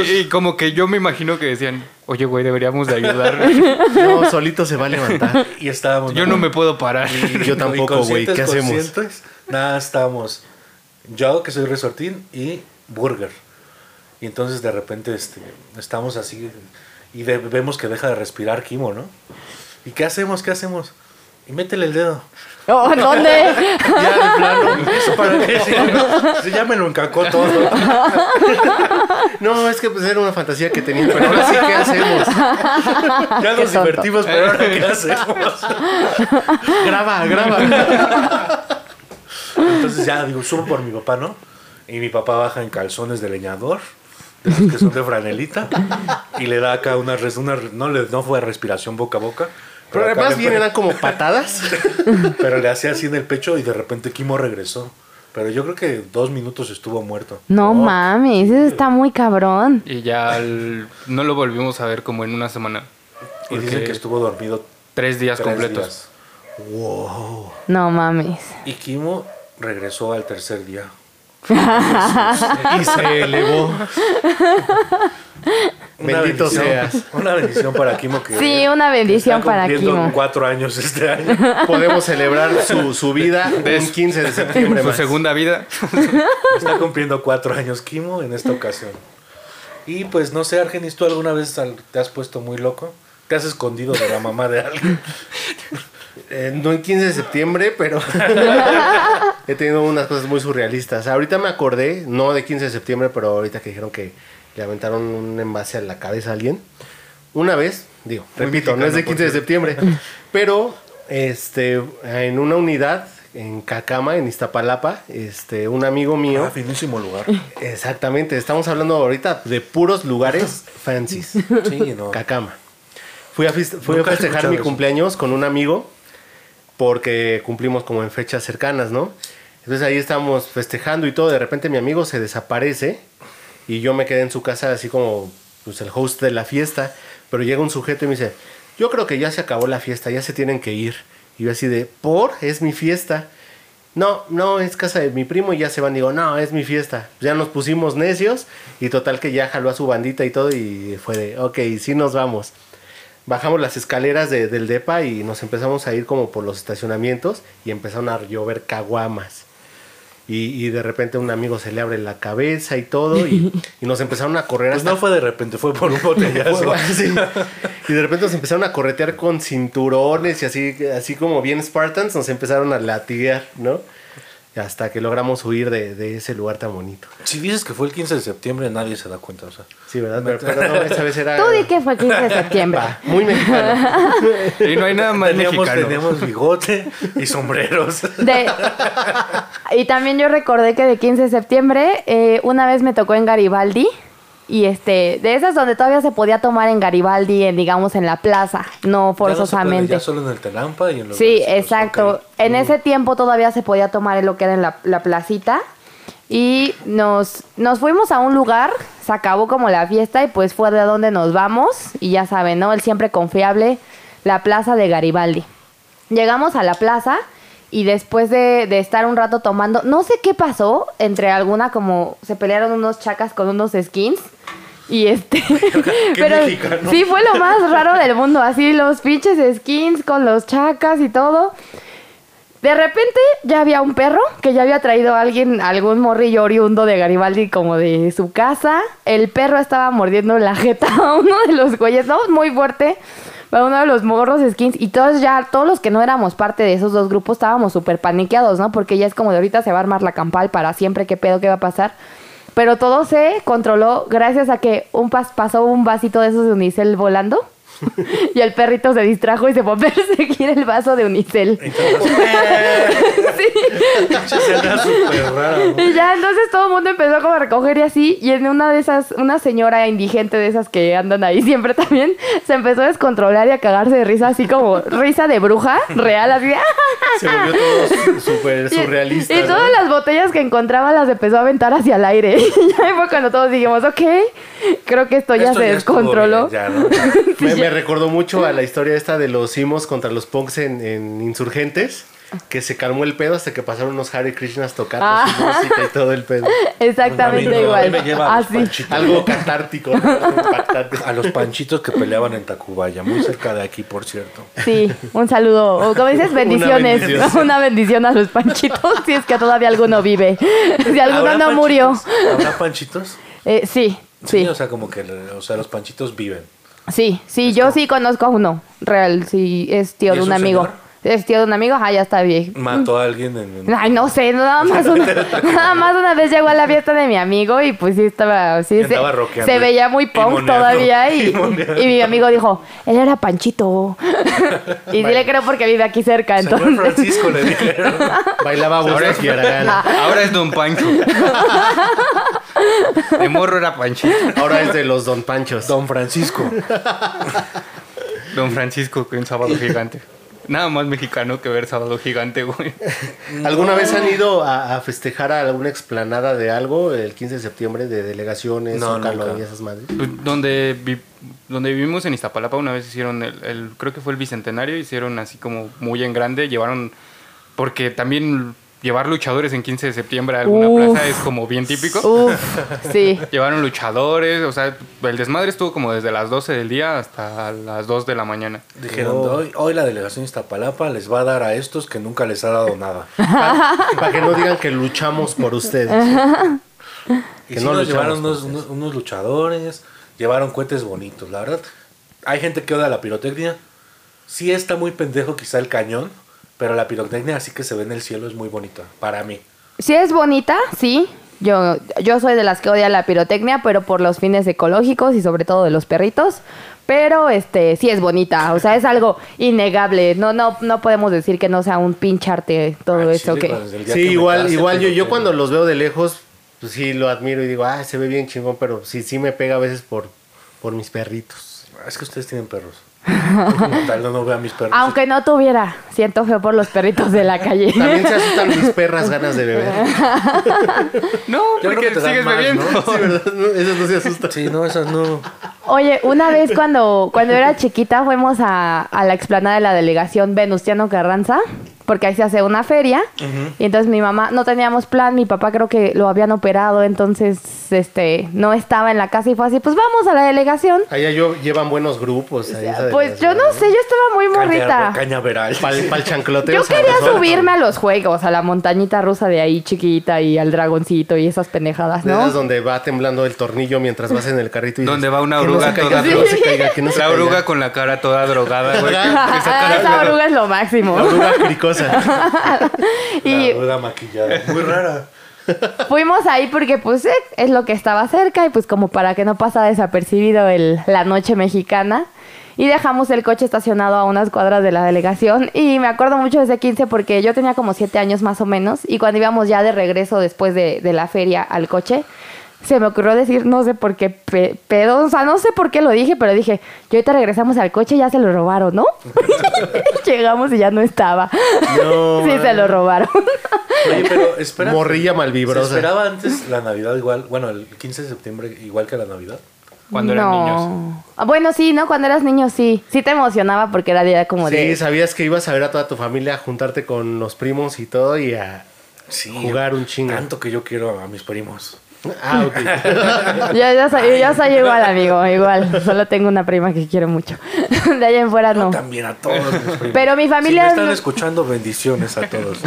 [SPEAKER 4] Y, y como que yo me imagino que decían, oye, güey, deberíamos de ayudar.
[SPEAKER 3] No, solito se va a levantar.
[SPEAKER 1] Y estábamos.
[SPEAKER 4] Yo no me puedo parar.
[SPEAKER 1] Y-
[SPEAKER 3] Yo tampoco, güey,
[SPEAKER 1] inconscientes,
[SPEAKER 3] ¿qué hacemos?
[SPEAKER 1] conscientes, Nada, estábamos. Yo, que soy resortín, y Burger. Y entonces de repente este, estamos así y de- vemos que deja de respirar Kimo, ¿no? ¿Y qué hacemos? ¿Qué hacemos? Y métele el dedo.
[SPEAKER 2] Oh, ¿Dónde?
[SPEAKER 1] Ya, de plano, ¿eso para qué? Sí, ¿no? Sí, ya me lo encacó todo.
[SPEAKER 3] No, es que pues era una fantasía que tenía, pero ahora sí, ¿qué hacemos?
[SPEAKER 1] Ya
[SPEAKER 2] Qué
[SPEAKER 1] nos
[SPEAKER 2] tonto.
[SPEAKER 1] divertimos, pero ahora ¿qué hacemos?
[SPEAKER 3] Graba, graba.
[SPEAKER 1] Entonces ya digo, subo por mi papá, ¿no? Y mi papá baja en calzones de leñador, de esos que son de franelita, y le da acá una, res- una no, le, no fue respiración boca a boca.
[SPEAKER 3] Pero
[SPEAKER 1] acá
[SPEAKER 3] más
[SPEAKER 1] le-
[SPEAKER 3] bien eran como patadas.
[SPEAKER 1] pero le hacía así en el pecho y de repente Kimo regresó. Pero yo creo que dos minutos estuvo muerto.
[SPEAKER 2] No mames, eso está muy cabrón.
[SPEAKER 4] Y ya el- no lo volvimos a ver como en una semana.
[SPEAKER 1] Y dicen
[SPEAKER 4] porque-
[SPEAKER 1] que estuvo dormido
[SPEAKER 4] Tres días
[SPEAKER 1] tres
[SPEAKER 4] completos.
[SPEAKER 1] días.
[SPEAKER 2] No mames.
[SPEAKER 1] Y Kimo regresó al tercer día.
[SPEAKER 3] Y se elevó.
[SPEAKER 1] Una
[SPEAKER 3] Bendito
[SPEAKER 1] bendición,
[SPEAKER 3] seas.
[SPEAKER 1] Una bendición para Kimo que
[SPEAKER 2] Sí, una bendición para Kimo.
[SPEAKER 1] cuatro años este año.
[SPEAKER 3] Podemos celebrar su, su vida un 15 de septiembre
[SPEAKER 4] Su
[SPEAKER 3] más.
[SPEAKER 4] segunda vida.
[SPEAKER 1] Está cumpliendo cuatro años Kimo en esta ocasión. Y pues no sé, Argenis, ¿tú alguna vez al- te has puesto muy loco? ¿Te has escondido de la mamá de alguien?
[SPEAKER 3] Eh, no en 15 de septiembre, pero he tenido unas cosas muy surrealistas. Ahorita me acordé, no de 15 de septiembre, pero ahorita que dijeron que le aventaron un envase a la cabeza a alguien. Una vez, digo, repito, no es de 15 de septiembre, pero este, en una unidad en Cacama, en Iztapalapa, este, un amigo mío.
[SPEAKER 1] Ah, finísimo lugar.
[SPEAKER 3] Exactamente, estamos hablando ahorita de puros lugares fancies.
[SPEAKER 1] Sí, no.
[SPEAKER 3] Cacama. Fui a, fis- fui a
[SPEAKER 1] Nunca he
[SPEAKER 3] festejar
[SPEAKER 1] escuchado
[SPEAKER 3] mi
[SPEAKER 1] eso.
[SPEAKER 3] cumpleaños con un amigo porque cumplimos como en fechas cercanas, ¿no? Entonces ahí estábamos festejando y todo. De repente mi amigo se desaparece y yo me quedé en su casa así como pues, el host de la fiesta. Pero llega un sujeto y me dice, yo creo que ya se acabó la fiesta, ya se tienen que ir. Y yo así de, ¿por? Es mi fiesta. No, no, es casa de mi primo y ya se van. Digo, no, es mi fiesta. Ya nos pusimos necios y total que ya jaló a su bandita y todo y fue de, ok, sí nos vamos bajamos las escaleras de- del DEPA y nos empezamos a ir como por los estacionamientos y empezaron a llover caguamas. Y, y de repente un amigo se le abre la cabeza y todo y, y nos empezaron a correr
[SPEAKER 1] Pues
[SPEAKER 3] hasta...
[SPEAKER 1] no fue de repente, fue por un botellazo.
[SPEAKER 3] Sí. Y de repente nos empezaron a corretear con cinturones y así, así como bien Spartans, nos empezaron a latigar, ¿no? Hasta que logramos huir de, de ese lugar tan bonito.
[SPEAKER 1] si dices que fue el 15 de septiembre, nadie se da cuenta. O sea,
[SPEAKER 3] Sí, ¿verdad? Pero, pero no, esa vez era...
[SPEAKER 2] Tú di que fue 15 de septiembre.
[SPEAKER 3] Va, muy mexicano.
[SPEAKER 4] Y no hay
[SPEAKER 2] Ah,
[SPEAKER 4] nada más
[SPEAKER 1] teníamos,
[SPEAKER 4] mexicano.
[SPEAKER 1] teníamos bigote y sombreros.
[SPEAKER 2] De- y también yo recordé que de 15 de septiembre eh, una vez me tocó en Garibaldi y este de esas donde todavía se podía tomar en Garibaldi, en, digamos en la plaza, no
[SPEAKER 1] Ya no se puede,
[SPEAKER 2] forzosamente.
[SPEAKER 1] ya solo en el Telampa y en los
[SPEAKER 2] Sí,
[SPEAKER 1] lugares, pues,
[SPEAKER 2] exacto.
[SPEAKER 1] ok.
[SPEAKER 2] En ese tiempo todavía se podía tomar en lo que era en la, la placita. Y nos, nos fuimos a un lugar, se acabó como la fiesta y pues fue de donde nos vamos. Y ya saben, ¿no? El siempre confiable, la plaza de Garibaldi. Llegamos a la plaza y después de, de estar un rato tomando, no sé qué pasó, entre alguna como se pelearon unos chacas con unos skins. Y este, pero
[SPEAKER 3] mexicano.
[SPEAKER 2] sí fue lo más raro del mundo, así los pinches skins con los chacas y todo. De repente ya había un perro que ya había traído a alguien, algún morrillo oriundo de Garibaldi como de su casa. El perro estaba mordiendo la jeta a uno de los güeyes, ¿no? Muy fuerte. A uno de los morros skins. Y todos ya, todos los que no éramos parte de esos dos grupos estábamos súper paniqueados, ¿no? Porque ya es como de ahorita se va a armar la campal para siempre, qué pedo, qué va a pasar. Pero todo se controló gracias a que un pas pasó un vasito de esos de unicel volando. y el perrito se distrajo y se fue a perseguir el vaso de unicel.
[SPEAKER 1] Se anda súper raro.
[SPEAKER 2] Y ya, entonces todo el mundo empezó como a recoger y así. Y en una de esas, una señora indigente de esas que andan ahí siempre también, se empezó a descontrolar y a cagarse de risa, así como risa de bruja real, así. "Ah,
[SPEAKER 3] Se volvió todo su- súper surrealista.
[SPEAKER 2] Y
[SPEAKER 3] ¿no?
[SPEAKER 2] todas las botellas que encontraba las empezó a aventar hacia el aire. Y ahí fue cuando todos dijimos, ok, creo que esto ya
[SPEAKER 1] Esto
[SPEAKER 2] se
[SPEAKER 1] estuvo
[SPEAKER 2] descontroló.
[SPEAKER 1] bien, ya, ¿no?
[SPEAKER 3] Me, me recordó mucho a la historia esta de los Simos contra los punks en, en Insurgentes, que se calmó el pedo hasta que pasaron unos Hare Krishnas tocando su
[SPEAKER 2] Ah.
[SPEAKER 3] música y todo el pedo.
[SPEAKER 2] Exactamente
[SPEAKER 1] A mí no, a mí
[SPEAKER 2] igual.
[SPEAKER 1] me lleva a los
[SPEAKER 2] así.
[SPEAKER 1] panchitos.
[SPEAKER 3] Algo catártico, ¿no? Algo impactante.
[SPEAKER 1] A los panchitos que peleaban en Tacubaya, muy cerca de aquí, por cierto.
[SPEAKER 2] Sí, un saludo. O como dices, bendiciones. Una bendición,
[SPEAKER 3] bendición.
[SPEAKER 2] a los panchitos, si es que todavía alguno vive. Si alguno
[SPEAKER 1] ¿Habrá
[SPEAKER 2] no murió.
[SPEAKER 1] panchitos? ¿Habrá panchitos?
[SPEAKER 2] Eh, sí, sí,
[SPEAKER 1] O sea, como que o sea, los panchitos viven.
[SPEAKER 2] sí, sí, yo sí conozco a uno. Real, sí, es tío
[SPEAKER 1] ¿Y
[SPEAKER 2] de
[SPEAKER 1] es
[SPEAKER 2] un
[SPEAKER 1] un
[SPEAKER 2] amigo.
[SPEAKER 1] señor?
[SPEAKER 2] Es tío de un amigo, ah, ya está bien.
[SPEAKER 1] Mató a alguien en.
[SPEAKER 2] Ay, no sé, nada más una, nada más una vez llegó a la fiesta de mi amigo y pues sí estaba, sí,
[SPEAKER 1] Y
[SPEAKER 2] se,
[SPEAKER 1] andaba rockeando
[SPEAKER 2] se veía muy
[SPEAKER 1] y
[SPEAKER 2] punk
[SPEAKER 1] moneando,
[SPEAKER 2] todavía y,
[SPEAKER 1] y moneando.
[SPEAKER 2] y mi amigo dijo, él era Panchito. y sí le creo porque vive aquí cerca,
[SPEAKER 1] Señor
[SPEAKER 2] entonces.
[SPEAKER 1] Francisco le dijeron.
[SPEAKER 3] Bailaba
[SPEAKER 4] Ahora
[SPEAKER 3] voces
[SPEAKER 4] es,
[SPEAKER 3] y haragana.
[SPEAKER 4] ahora es Don Pancho. De morro era Panchito.
[SPEAKER 3] Ahora es de los Don Panchos.
[SPEAKER 1] Don Francisco.
[SPEAKER 4] Don Francisco que un sábado gigante. Nada más mexicano que ver sábado gigante, güey.
[SPEAKER 3] ¿Alguna vez han ido a, a festejar a alguna explanada de algo el 15 de septiembre de delegaciones,
[SPEAKER 1] No,
[SPEAKER 3] Zócalo
[SPEAKER 1] nunca.
[SPEAKER 3] y esas madres?
[SPEAKER 4] Pues, Donde, vi- donde vivimos en Iztapalapa una vez hicieron el, el- creo que fue el bicentenario, hicieron así como muy en grande, llevaron, porque también llevar luchadores en 15 de septiembre a alguna
[SPEAKER 2] Uf.
[SPEAKER 4] plaza es como bien típico.
[SPEAKER 2] Uf, sí.
[SPEAKER 4] Llevaron luchadores, o sea, el desmadre estuvo como desde las 12 del día hasta las 2 de la mañana.
[SPEAKER 1] Dijeron, hoy, hoy la delegación Iztapalapa les va a dar a estos que nunca les ha dado nada.
[SPEAKER 3] Para que no digan que luchamos por ustedes.
[SPEAKER 1] Y
[SPEAKER 3] Que
[SPEAKER 1] sí
[SPEAKER 3] no
[SPEAKER 1] nos
[SPEAKER 3] luchamos,
[SPEAKER 1] llevaron unos, unos- unos luchadores, llevaron cohetes bonitos, la verdad. Hay gente que odia la pirotecnia. Sí está muy pendejo quizá el cañón, pero la pirotecnia así que se ve en el cielo es muy bonita, para mí.
[SPEAKER 2] Sí es bonita, sí. Yo, yo soy de las que odia la pirotecnia, pero por los fines ecológicos y sobre todo de los perritos. Pero este sí es bonita, o sea, es algo innegable. No, no, no podemos decir que no sea un pincharte todo
[SPEAKER 1] Ah,
[SPEAKER 2] eso
[SPEAKER 1] chile,
[SPEAKER 2] que.
[SPEAKER 1] cuando- el día
[SPEAKER 3] Sí,
[SPEAKER 1] que me
[SPEAKER 3] igual,
[SPEAKER 1] case,
[SPEAKER 3] igual yo, yo
[SPEAKER 1] pirotecnia.
[SPEAKER 3] cuando los veo de lejos, pues sí lo admiro y digo, ah, se ve bien chingón, pero sí, sí me pega a veces por, por mis perritos.
[SPEAKER 1] Ah, Es que ustedes tienen perros. Como tal, no, no veo a mis perros.
[SPEAKER 2] Aunque no tuviera, siento feo por los perritos de la calle.
[SPEAKER 3] También se asustan mis perras ganas de beber.
[SPEAKER 4] No,
[SPEAKER 1] Yo creo
[SPEAKER 4] porque
[SPEAKER 1] que te dan
[SPEAKER 4] sigues
[SPEAKER 1] más,
[SPEAKER 4] bebiendo.
[SPEAKER 1] ¿no?
[SPEAKER 3] Sí, ¿verdad? No, esas no se asustan.
[SPEAKER 1] Sí, no, esas no.
[SPEAKER 2] Oye, una vez cuando, cuando era chiquita fuimos a, a la explanada de la delegación Venustiano Carranza, porque ahí se hace una feria. Y entonces mi mamá, no teníamos plan, mi papá creo que lo habían operado, entonces este no estaba en la casa y fue así, pues vamos a la delegación.
[SPEAKER 3] Allá yo llevan buenos grupos. ahí, esa de
[SPEAKER 2] Pues
[SPEAKER 3] las-
[SPEAKER 2] yo no sé, yo estaba muy
[SPEAKER 1] Caña-
[SPEAKER 2] morrita.
[SPEAKER 1] Cañaveral.
[SPEAKER 3] Pa'l, pa'l chancloteo.
[SPEAKER 2] Yo quería
[SPEAKER 3] sabrosón.
[SPEAKER 2] subirme a los juegos, a la montañita rusa de ahí chiquita y al dragoncito y esas pendejadas,
[SPEAKER 3] De esas
[SPEAKER 2] ¿no?
[SPEAKER 3] donde va temblando el tornillo mientras vas en el carrito. Y
[SPEAKER 4] Donde
[SPEAKER 3] dices,
[SPEAKER 4] va una
[SPEAKER 3] "Que no
[SPEAKER 4] oruga
[SPEAKER 3] se caiga,
[SPEAKER 4] toda
[SPEAKER 3] que no se caiga, que no se
[SPEAKER 4] La
[SPEAKER 3] caiga".
[SPEAKER 4] oruga con la cara toda drogada, güey.
[SPEAKER 2] Ah, esa oruga es lo máximo.
[SPEAKER 3] La oruga cricosa.
[SPEAKER 2] Y
[SPEAKER 1] La duda maquillada. Muy rara.
[SPEAKER 2] Fuimos ahí porque pues eh, es lo que estaba cerca y pues como para que no pasa desapercibido el, la noche mexicana. Y dejamos el coche estacionado a unas cuadras de la delegación y me acuerdo mucho de ese 15 porque yo tenía como 7 años más o menos y cuando íbamos ya de regreso después de, de la feria al coche, se me ocurrió decir, no sé por qué pe- pedo, o sea, no sé por qué lo dije, pero dije, y ahorita regresamos al coche, ya se lo robaron, ¿no? Llegamos y ya no estaba.
[SPEAKER 3] No,
[SPEAKER 2] sí, se lo robaron.
[SPEAKER 1] Oye, pero espera.
[SPEAKER 3] Morrilla malvibrosa.
[SPEAKER 1] Se esperaba antes la Navidad igual, bueno, el 15 de septiembre igual que la Navidad.
[SPEAKER 4] Cuando eran niños.
[SPEAKER 2] Ah, Bueno, sí, ¿no? Cuando eras niño, sí. Sí te emocionaba porque era día como
[SPEAKER 3] Sí,
[SPEAKER 2] de...
[SPEAKER 3] sabías que ibas a ver a toda tu familia, a juntarte con los primos y todo y a
[SPEAKER 1] Sí.
[SPEAKER 3] jugar un chingo.
[SPEAKER 1] Tanto que yo quiero a mis primos.
[SPEAKER 3] Ah, ok.
[SPEAKER 2] Yo, yo, soy, yo soy igual, amigo, igual. Solo tengo una prima que quiero mucho. De allá en fuera no.
[SPEAKER 1] También a todos mis primos.
[SPEAKER 2] Pero mi familia-
[SPEAKER 1] Si me están escuchando, bendiciones a todos.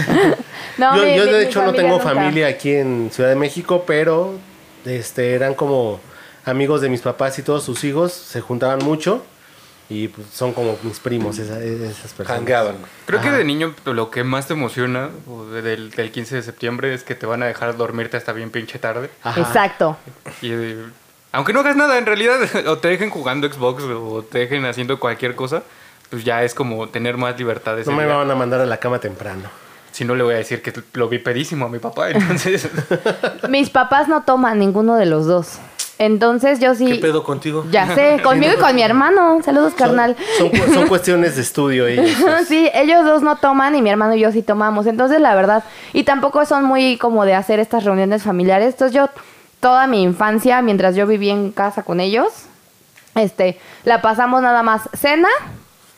[SPEAKER 2] No,
[SPEAKER 3] yo,
[SPEAKER 2] mi-
[SPEAKER 3] yo,
[SPEAKER 2] mi-
[SPEAKER 3] de
[SPEAKER 2] mi
[SPEAKER 3] hecho no tengo
[SPEAKER 2] nunca.
[SPEAKER 3] familia aquí en Ciudad de México, pero este eran como amigos de mis papás y todos sus hijos, se juntaban mucho y pues, son como mis primos esa- esas personas.
[SPEAKER 1] Jangueaban.
[SPEAKER 4] Creo que de niño lo que más te emociona o de- del, del 15 de septiembre es que te van a dejar dormirte hasta bien pinche tarde.
[SPEAKER 3] Ajá.
[SPEAKER 2] Exacto.
[SPEAKER 4] Y, eh, aunque no hagas nada, en realidad, o te dejen jugando Xbox o te dejen haciendo cualquier cosa, pues ya es como tener más libertad. ese
[SPEAKER 3] No me
[SPEAKER 4] día.
[SPEAKER 3] van a mandar a la cama temprano.
[SPEAKER 4] Si no, le voy a decir que lo vi pedísimo a mi papá. Entonces,
[SPEAKER 2] Mis papás no toman ninguno de los dos. Entonces yo sí...
[SPEAKER 1] ¿Qué pedo contigo?
[SPEAKER 2] Ya sé, conmigo y con mi hermano. Saludos, carnal.
[SPEAKER 3] Son, cu- son cuestiones de estudio ellos. pues.
[SPEAKER 2] Sí, ellos dos no toman y mi hermano y yo sí tomamos. Entonces, la verdad, y tampoco son muy como de hacer estas reuniones familiares. Entonces, yo toda mi infancia, mientras yo vivía en casa con ellos, este, la pasamos nada más cena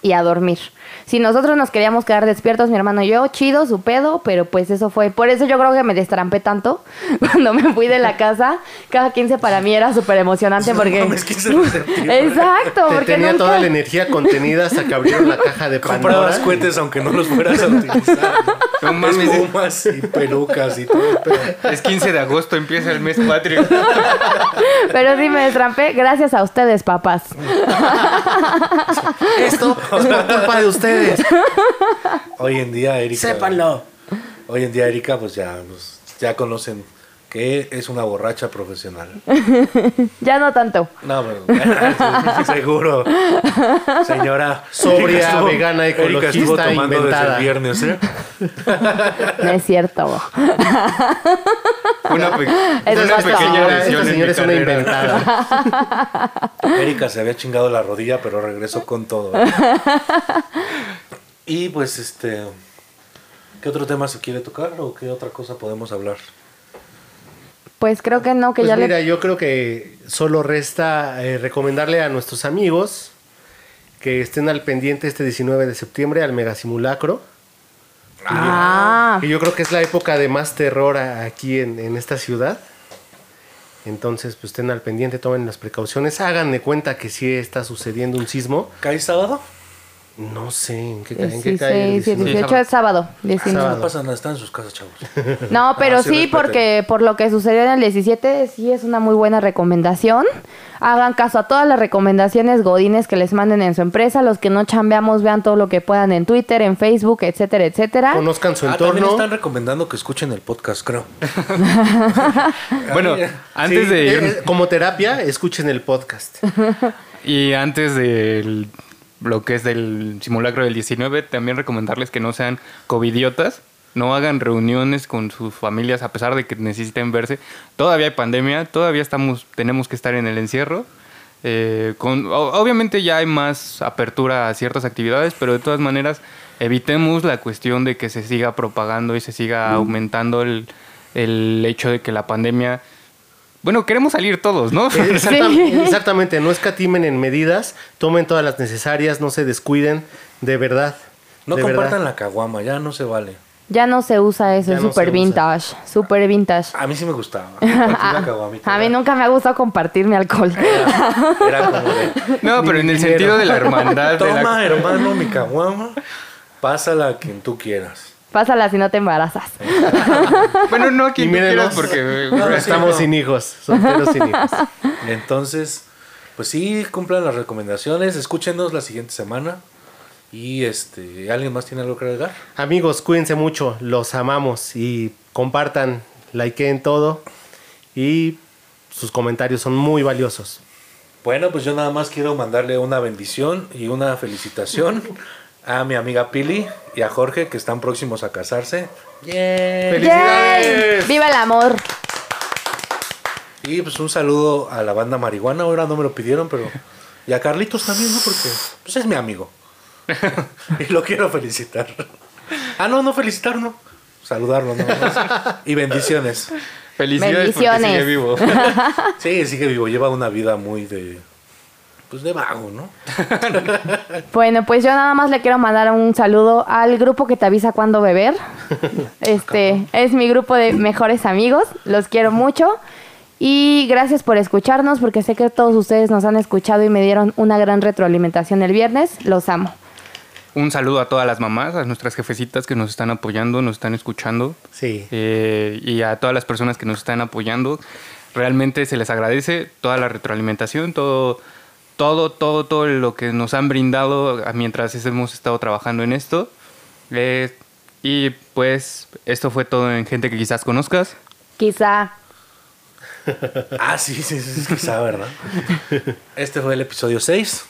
[SPEAKER 2] y a dormir. Si nosotros nos queríamos quedar despiertos, mi hermano y yo, chido, su pedo, pero pues eso fue. Por eso yo creo que me destrampé tanto cuando me fui de la casa. Cada 15 para mí era súper emocionante
[SPEAKER 1] No
[SPEAKER 2] porque...
[SPEAKER 1] mames, 15 de septiembre.
[SPEAKER 2] Exacto,
[SPEAKER 3] Te
[SPEAKER 2] porque
[SPEAKER 3] tenía
[SPEAKER 2] nunca-
[SPEAKER 3] toda la energía contenida hasta que abrieron la caja de
[SPEAKER 1] Comprabas
[SPEAKER 3] Pandora.
[SPEAKER 1] cohetes aunque no los fueras a utilizar.
[SPEAKER 4] no mames, es-
[SPEAKER 1] Espumas y pelucas y todo. Pero
[SPEAKER 4] es 15 de agosto, empieza el mes patrio.
[SPEAKER 2] Pero sí me destrampé gracias a ustedes, papás.
[SPEAKER 3] Esto es por culpa de ustedes.
[SPEAKER 1] hoy en día, Erika. Sépanlo. Hoy en día, Erika, pues ya, pues, ya conocen que es una borracha profesional.
[SPEAKER 2] Ya no tanto.
[SPEAKER 1] No, pero seguro. Señora.
[SPEAKER 3] Sobria,
[SPEAKER 1] Erika
[SPEAKER 3] vegana,
[SPEAKER 1] Erika estuvo
[SPEAKER 3] ecologista,
[SPEAKER 1] tomando
[SPEAKER 3] inventada.
[SPEAKER 1] Desde el viernes, ¿eh?
[SPEAKER 2] No es cierto.
[SPEAKER 4] Una, pe-
[SPEAKER 2] Eso
[SPEAKER 4] una
[SPEAKER 2] es
[SPEAKER 3] Esta
[SPEAKER 4] pequeña
[SPEAKER 3] señora,
[SPEAKER 4] lesión en
[SPEAKER 3] esta señora
[SPEAKER 4] mi
[SPEAKER 3] Este es una
[SPEAKER 4] carrera.
[SPEAKER 3] inventada.
[SPEAKER 1] Erika se había chingado la rodilla, pero regresó con todo. ¿eh? Y pues, este. ¿Qué otro tema se quiere tocar o qué otra cosa podemos hablar?
[SPEAKER 2] Pues creo que no, que
[SPEAKER 3] Pues
[SPEAKER 2] ya
[SPEAKER 3] mira,
[SPEAKER 2] le...
[SPEAKER 3] yo creo que solo resta eh, recomendarle a nuestros amigos que estén al pendiente este 19 de septiembre al mega simulacro.
[SPEAKER 2] Ah,
[SPEAKER 3] Que yo creo que es la época de más terror a- aquí en, en esta ciudad. Entonces, pues estén al pendiente, tomen las precauciones, hagan de cuenta que sí está sucediendo un sismo.
[SPEAKER 1] ¿Cae sábado?
[SPEAKER 3] No sé en qué, cae- en qué cae el
[SPEAKER 2] 16,
[SPEAKER 3] 19?
[SPEAKER 2] 18 es sábado. 19.
[SPEAKER 1] No pasa nada, están en sus casas, chavos.
[SPEAKER 2] No, pero
[SPEAKER 1] Ah, sí,
[SPEAKER 2] sí,
[SPEAKER 1] respeten.
[SPEAKER 2] porque por lo que sucedió en el 17, sí es una muy buena recomendación. Hagan caso a todas las recomendaciones godines que les manden en su empresa. Los que no chambeamos, vean todo lo que puedan en Twitter, en Facebook, etcétera, etcétera.
[SPEAKER 3] Conozcan su
[SPEAKER 1] Ah, también
[SPEAKER 3] entorno.
[SPEAKER 1] están recomendando que escuchen el podcast, creo.
[SPEAKER 4] Bueno, antes
[SPEAKER 3] Ah, Sí,
[SPEAKER 4] de
[SPEAKER 3] eh,
[SPEAKER 4] ir.
[SPEAKER 3] eh, como terapia, escuchen el podcast. Eh,
[SPEAKER 4] Y antes del lo que es del simulacro del 19, también recomendarles que no sean covidiotas, no hagan reuniones con sus familias a pesar de que necesiten verse. Todavía hay pandemia, todavía estamos tenemos que estar en el encierro. eh, con, o- obviamente ya hay más apertura a ciertas actividades, pero de todas maneras evitemos la cuestión de que se siga propagando y se siga aumentando el, el hecho de que la pandemia... Bueno, queremos salir todos, ¿no?
[SPEAKER 3] Eh, exactam-
[SPEAKER 2] Sí.
[SPEAKER 3] Exactamente, no escatimen en medidas, tomen todas las necesarias, no se descuiden, de verdad.
[SPEAKER 1] No
[SPEAKER 3] de
[SPEAKER 1] compartan
[SPEAKER 3] verdad.
[SPEAKER 1] la caguama, ya no se vale.
[SPEAKER 2] Ya no se usa eso,
[SPEAKER 3] Ya
[SPEAKER 2] es
[SPEAKER 3] no
[SPEAKER 2] súper
[SPEAKER 3] se usa.
[SPEAKER 2] vintage, súper vintage.
[SPEAKER 1] A mí sí me gustaba. compartir la caguamita,
[SPEAKER 2] A mí
[SPEAKER 1] era-
[SPEAKER 2] nunca me ha gustado compartir mi alcohol.
[SPEAKER 1] Era como de,
[SPEAKER 4] No, pero en el sentido de la
[SPEAKER 3] Ah,
[SPEAKER 4] hermandad. de la-
[SPEAKER 1] toma hermano mi caguama, pásala a quien tú quieras.
[SPEAKER 2] Pásala si no te embarazas.
[SPEAKER 4] Bueno, no aquí
[SPEAKER 3] Y
[SPEAKER 4] quieras
[SPEAKER 3] mírenos,
[SPEAKER 4] porque...
[SPEAKER 1] No, sí,
[SPEAKER 3] estamos
[SPEAKER 1] no.
[SPEAKER 3] sin hijos, solteros sin hijos.
[SPEAKER 1] Entonces, pues sí, cumplan las recomendaciones, escúchenos la siguiente semana. Y este, ¿alguien más tiene algo que agregar?
[SPEAKER 3] Amigos, cuídense mucho, los amamos y compartan, likeen todo y sus comentarios son muy valiosos.
[SPEAKER 1] Bueno, pues yo nada más quiero mandarle una bendición y una felicitación a mi amiga Pili y a Jorge que están próximos a casarse.
[SPEAKER 2] ¡Yay! ¡Viva el amor!
[SPEAKER 1] Y pues un saludo a la banda Marihuana, ahora no me lo pidieron, pero... Y a Carlitos también, ¿no? Porque pues es mi amigo. y lo quiero felicitar. Ah, no, no felicitar, no. Saludarlo, nada más. Y bendiciones.
[SPEAKER 4] Felicidades porque
[SPEAKER 2] Bendiciones.
[SPEAKER 4] sigue vivo.
[SPEAKER 1] Sí, sigue vivo, lleva una vida muy de... Pues de vago, ¿no?
[SPEAKER 2] Bueno, pues yo nada más le quiero mandar un saludo al grupo que te avisa cuándo beber. Este es mi grupo de mejores amigos, los quiero mucho. Y gracias por escucharnos, porque sé que todos ustedes nos han escuchado y me dieron una gran retroalimentación el viernes. Los amo.
[SPEAKER 4] Un saludo a todas las mamás, a nuestras jefecitas que nos están apoyando, nos están escuchando.
[SPEAKER 3] Sí.
[SPEAKER 4] Eh, y a todas las personas que nos están apoyando. Realmente se les agradece toda la retroalimentación, todo, todo, todo, todo lo que nos han brindado mientras hemos estado trabajando en esto. Eh, y pues esto fue todo en gente que quizás conozcas.
[SPEAKER 2] Quizá
[SPEAKER 1] Ah, sí, sí, sí, es quizá, ¿verdad? Este fue el episodio 6.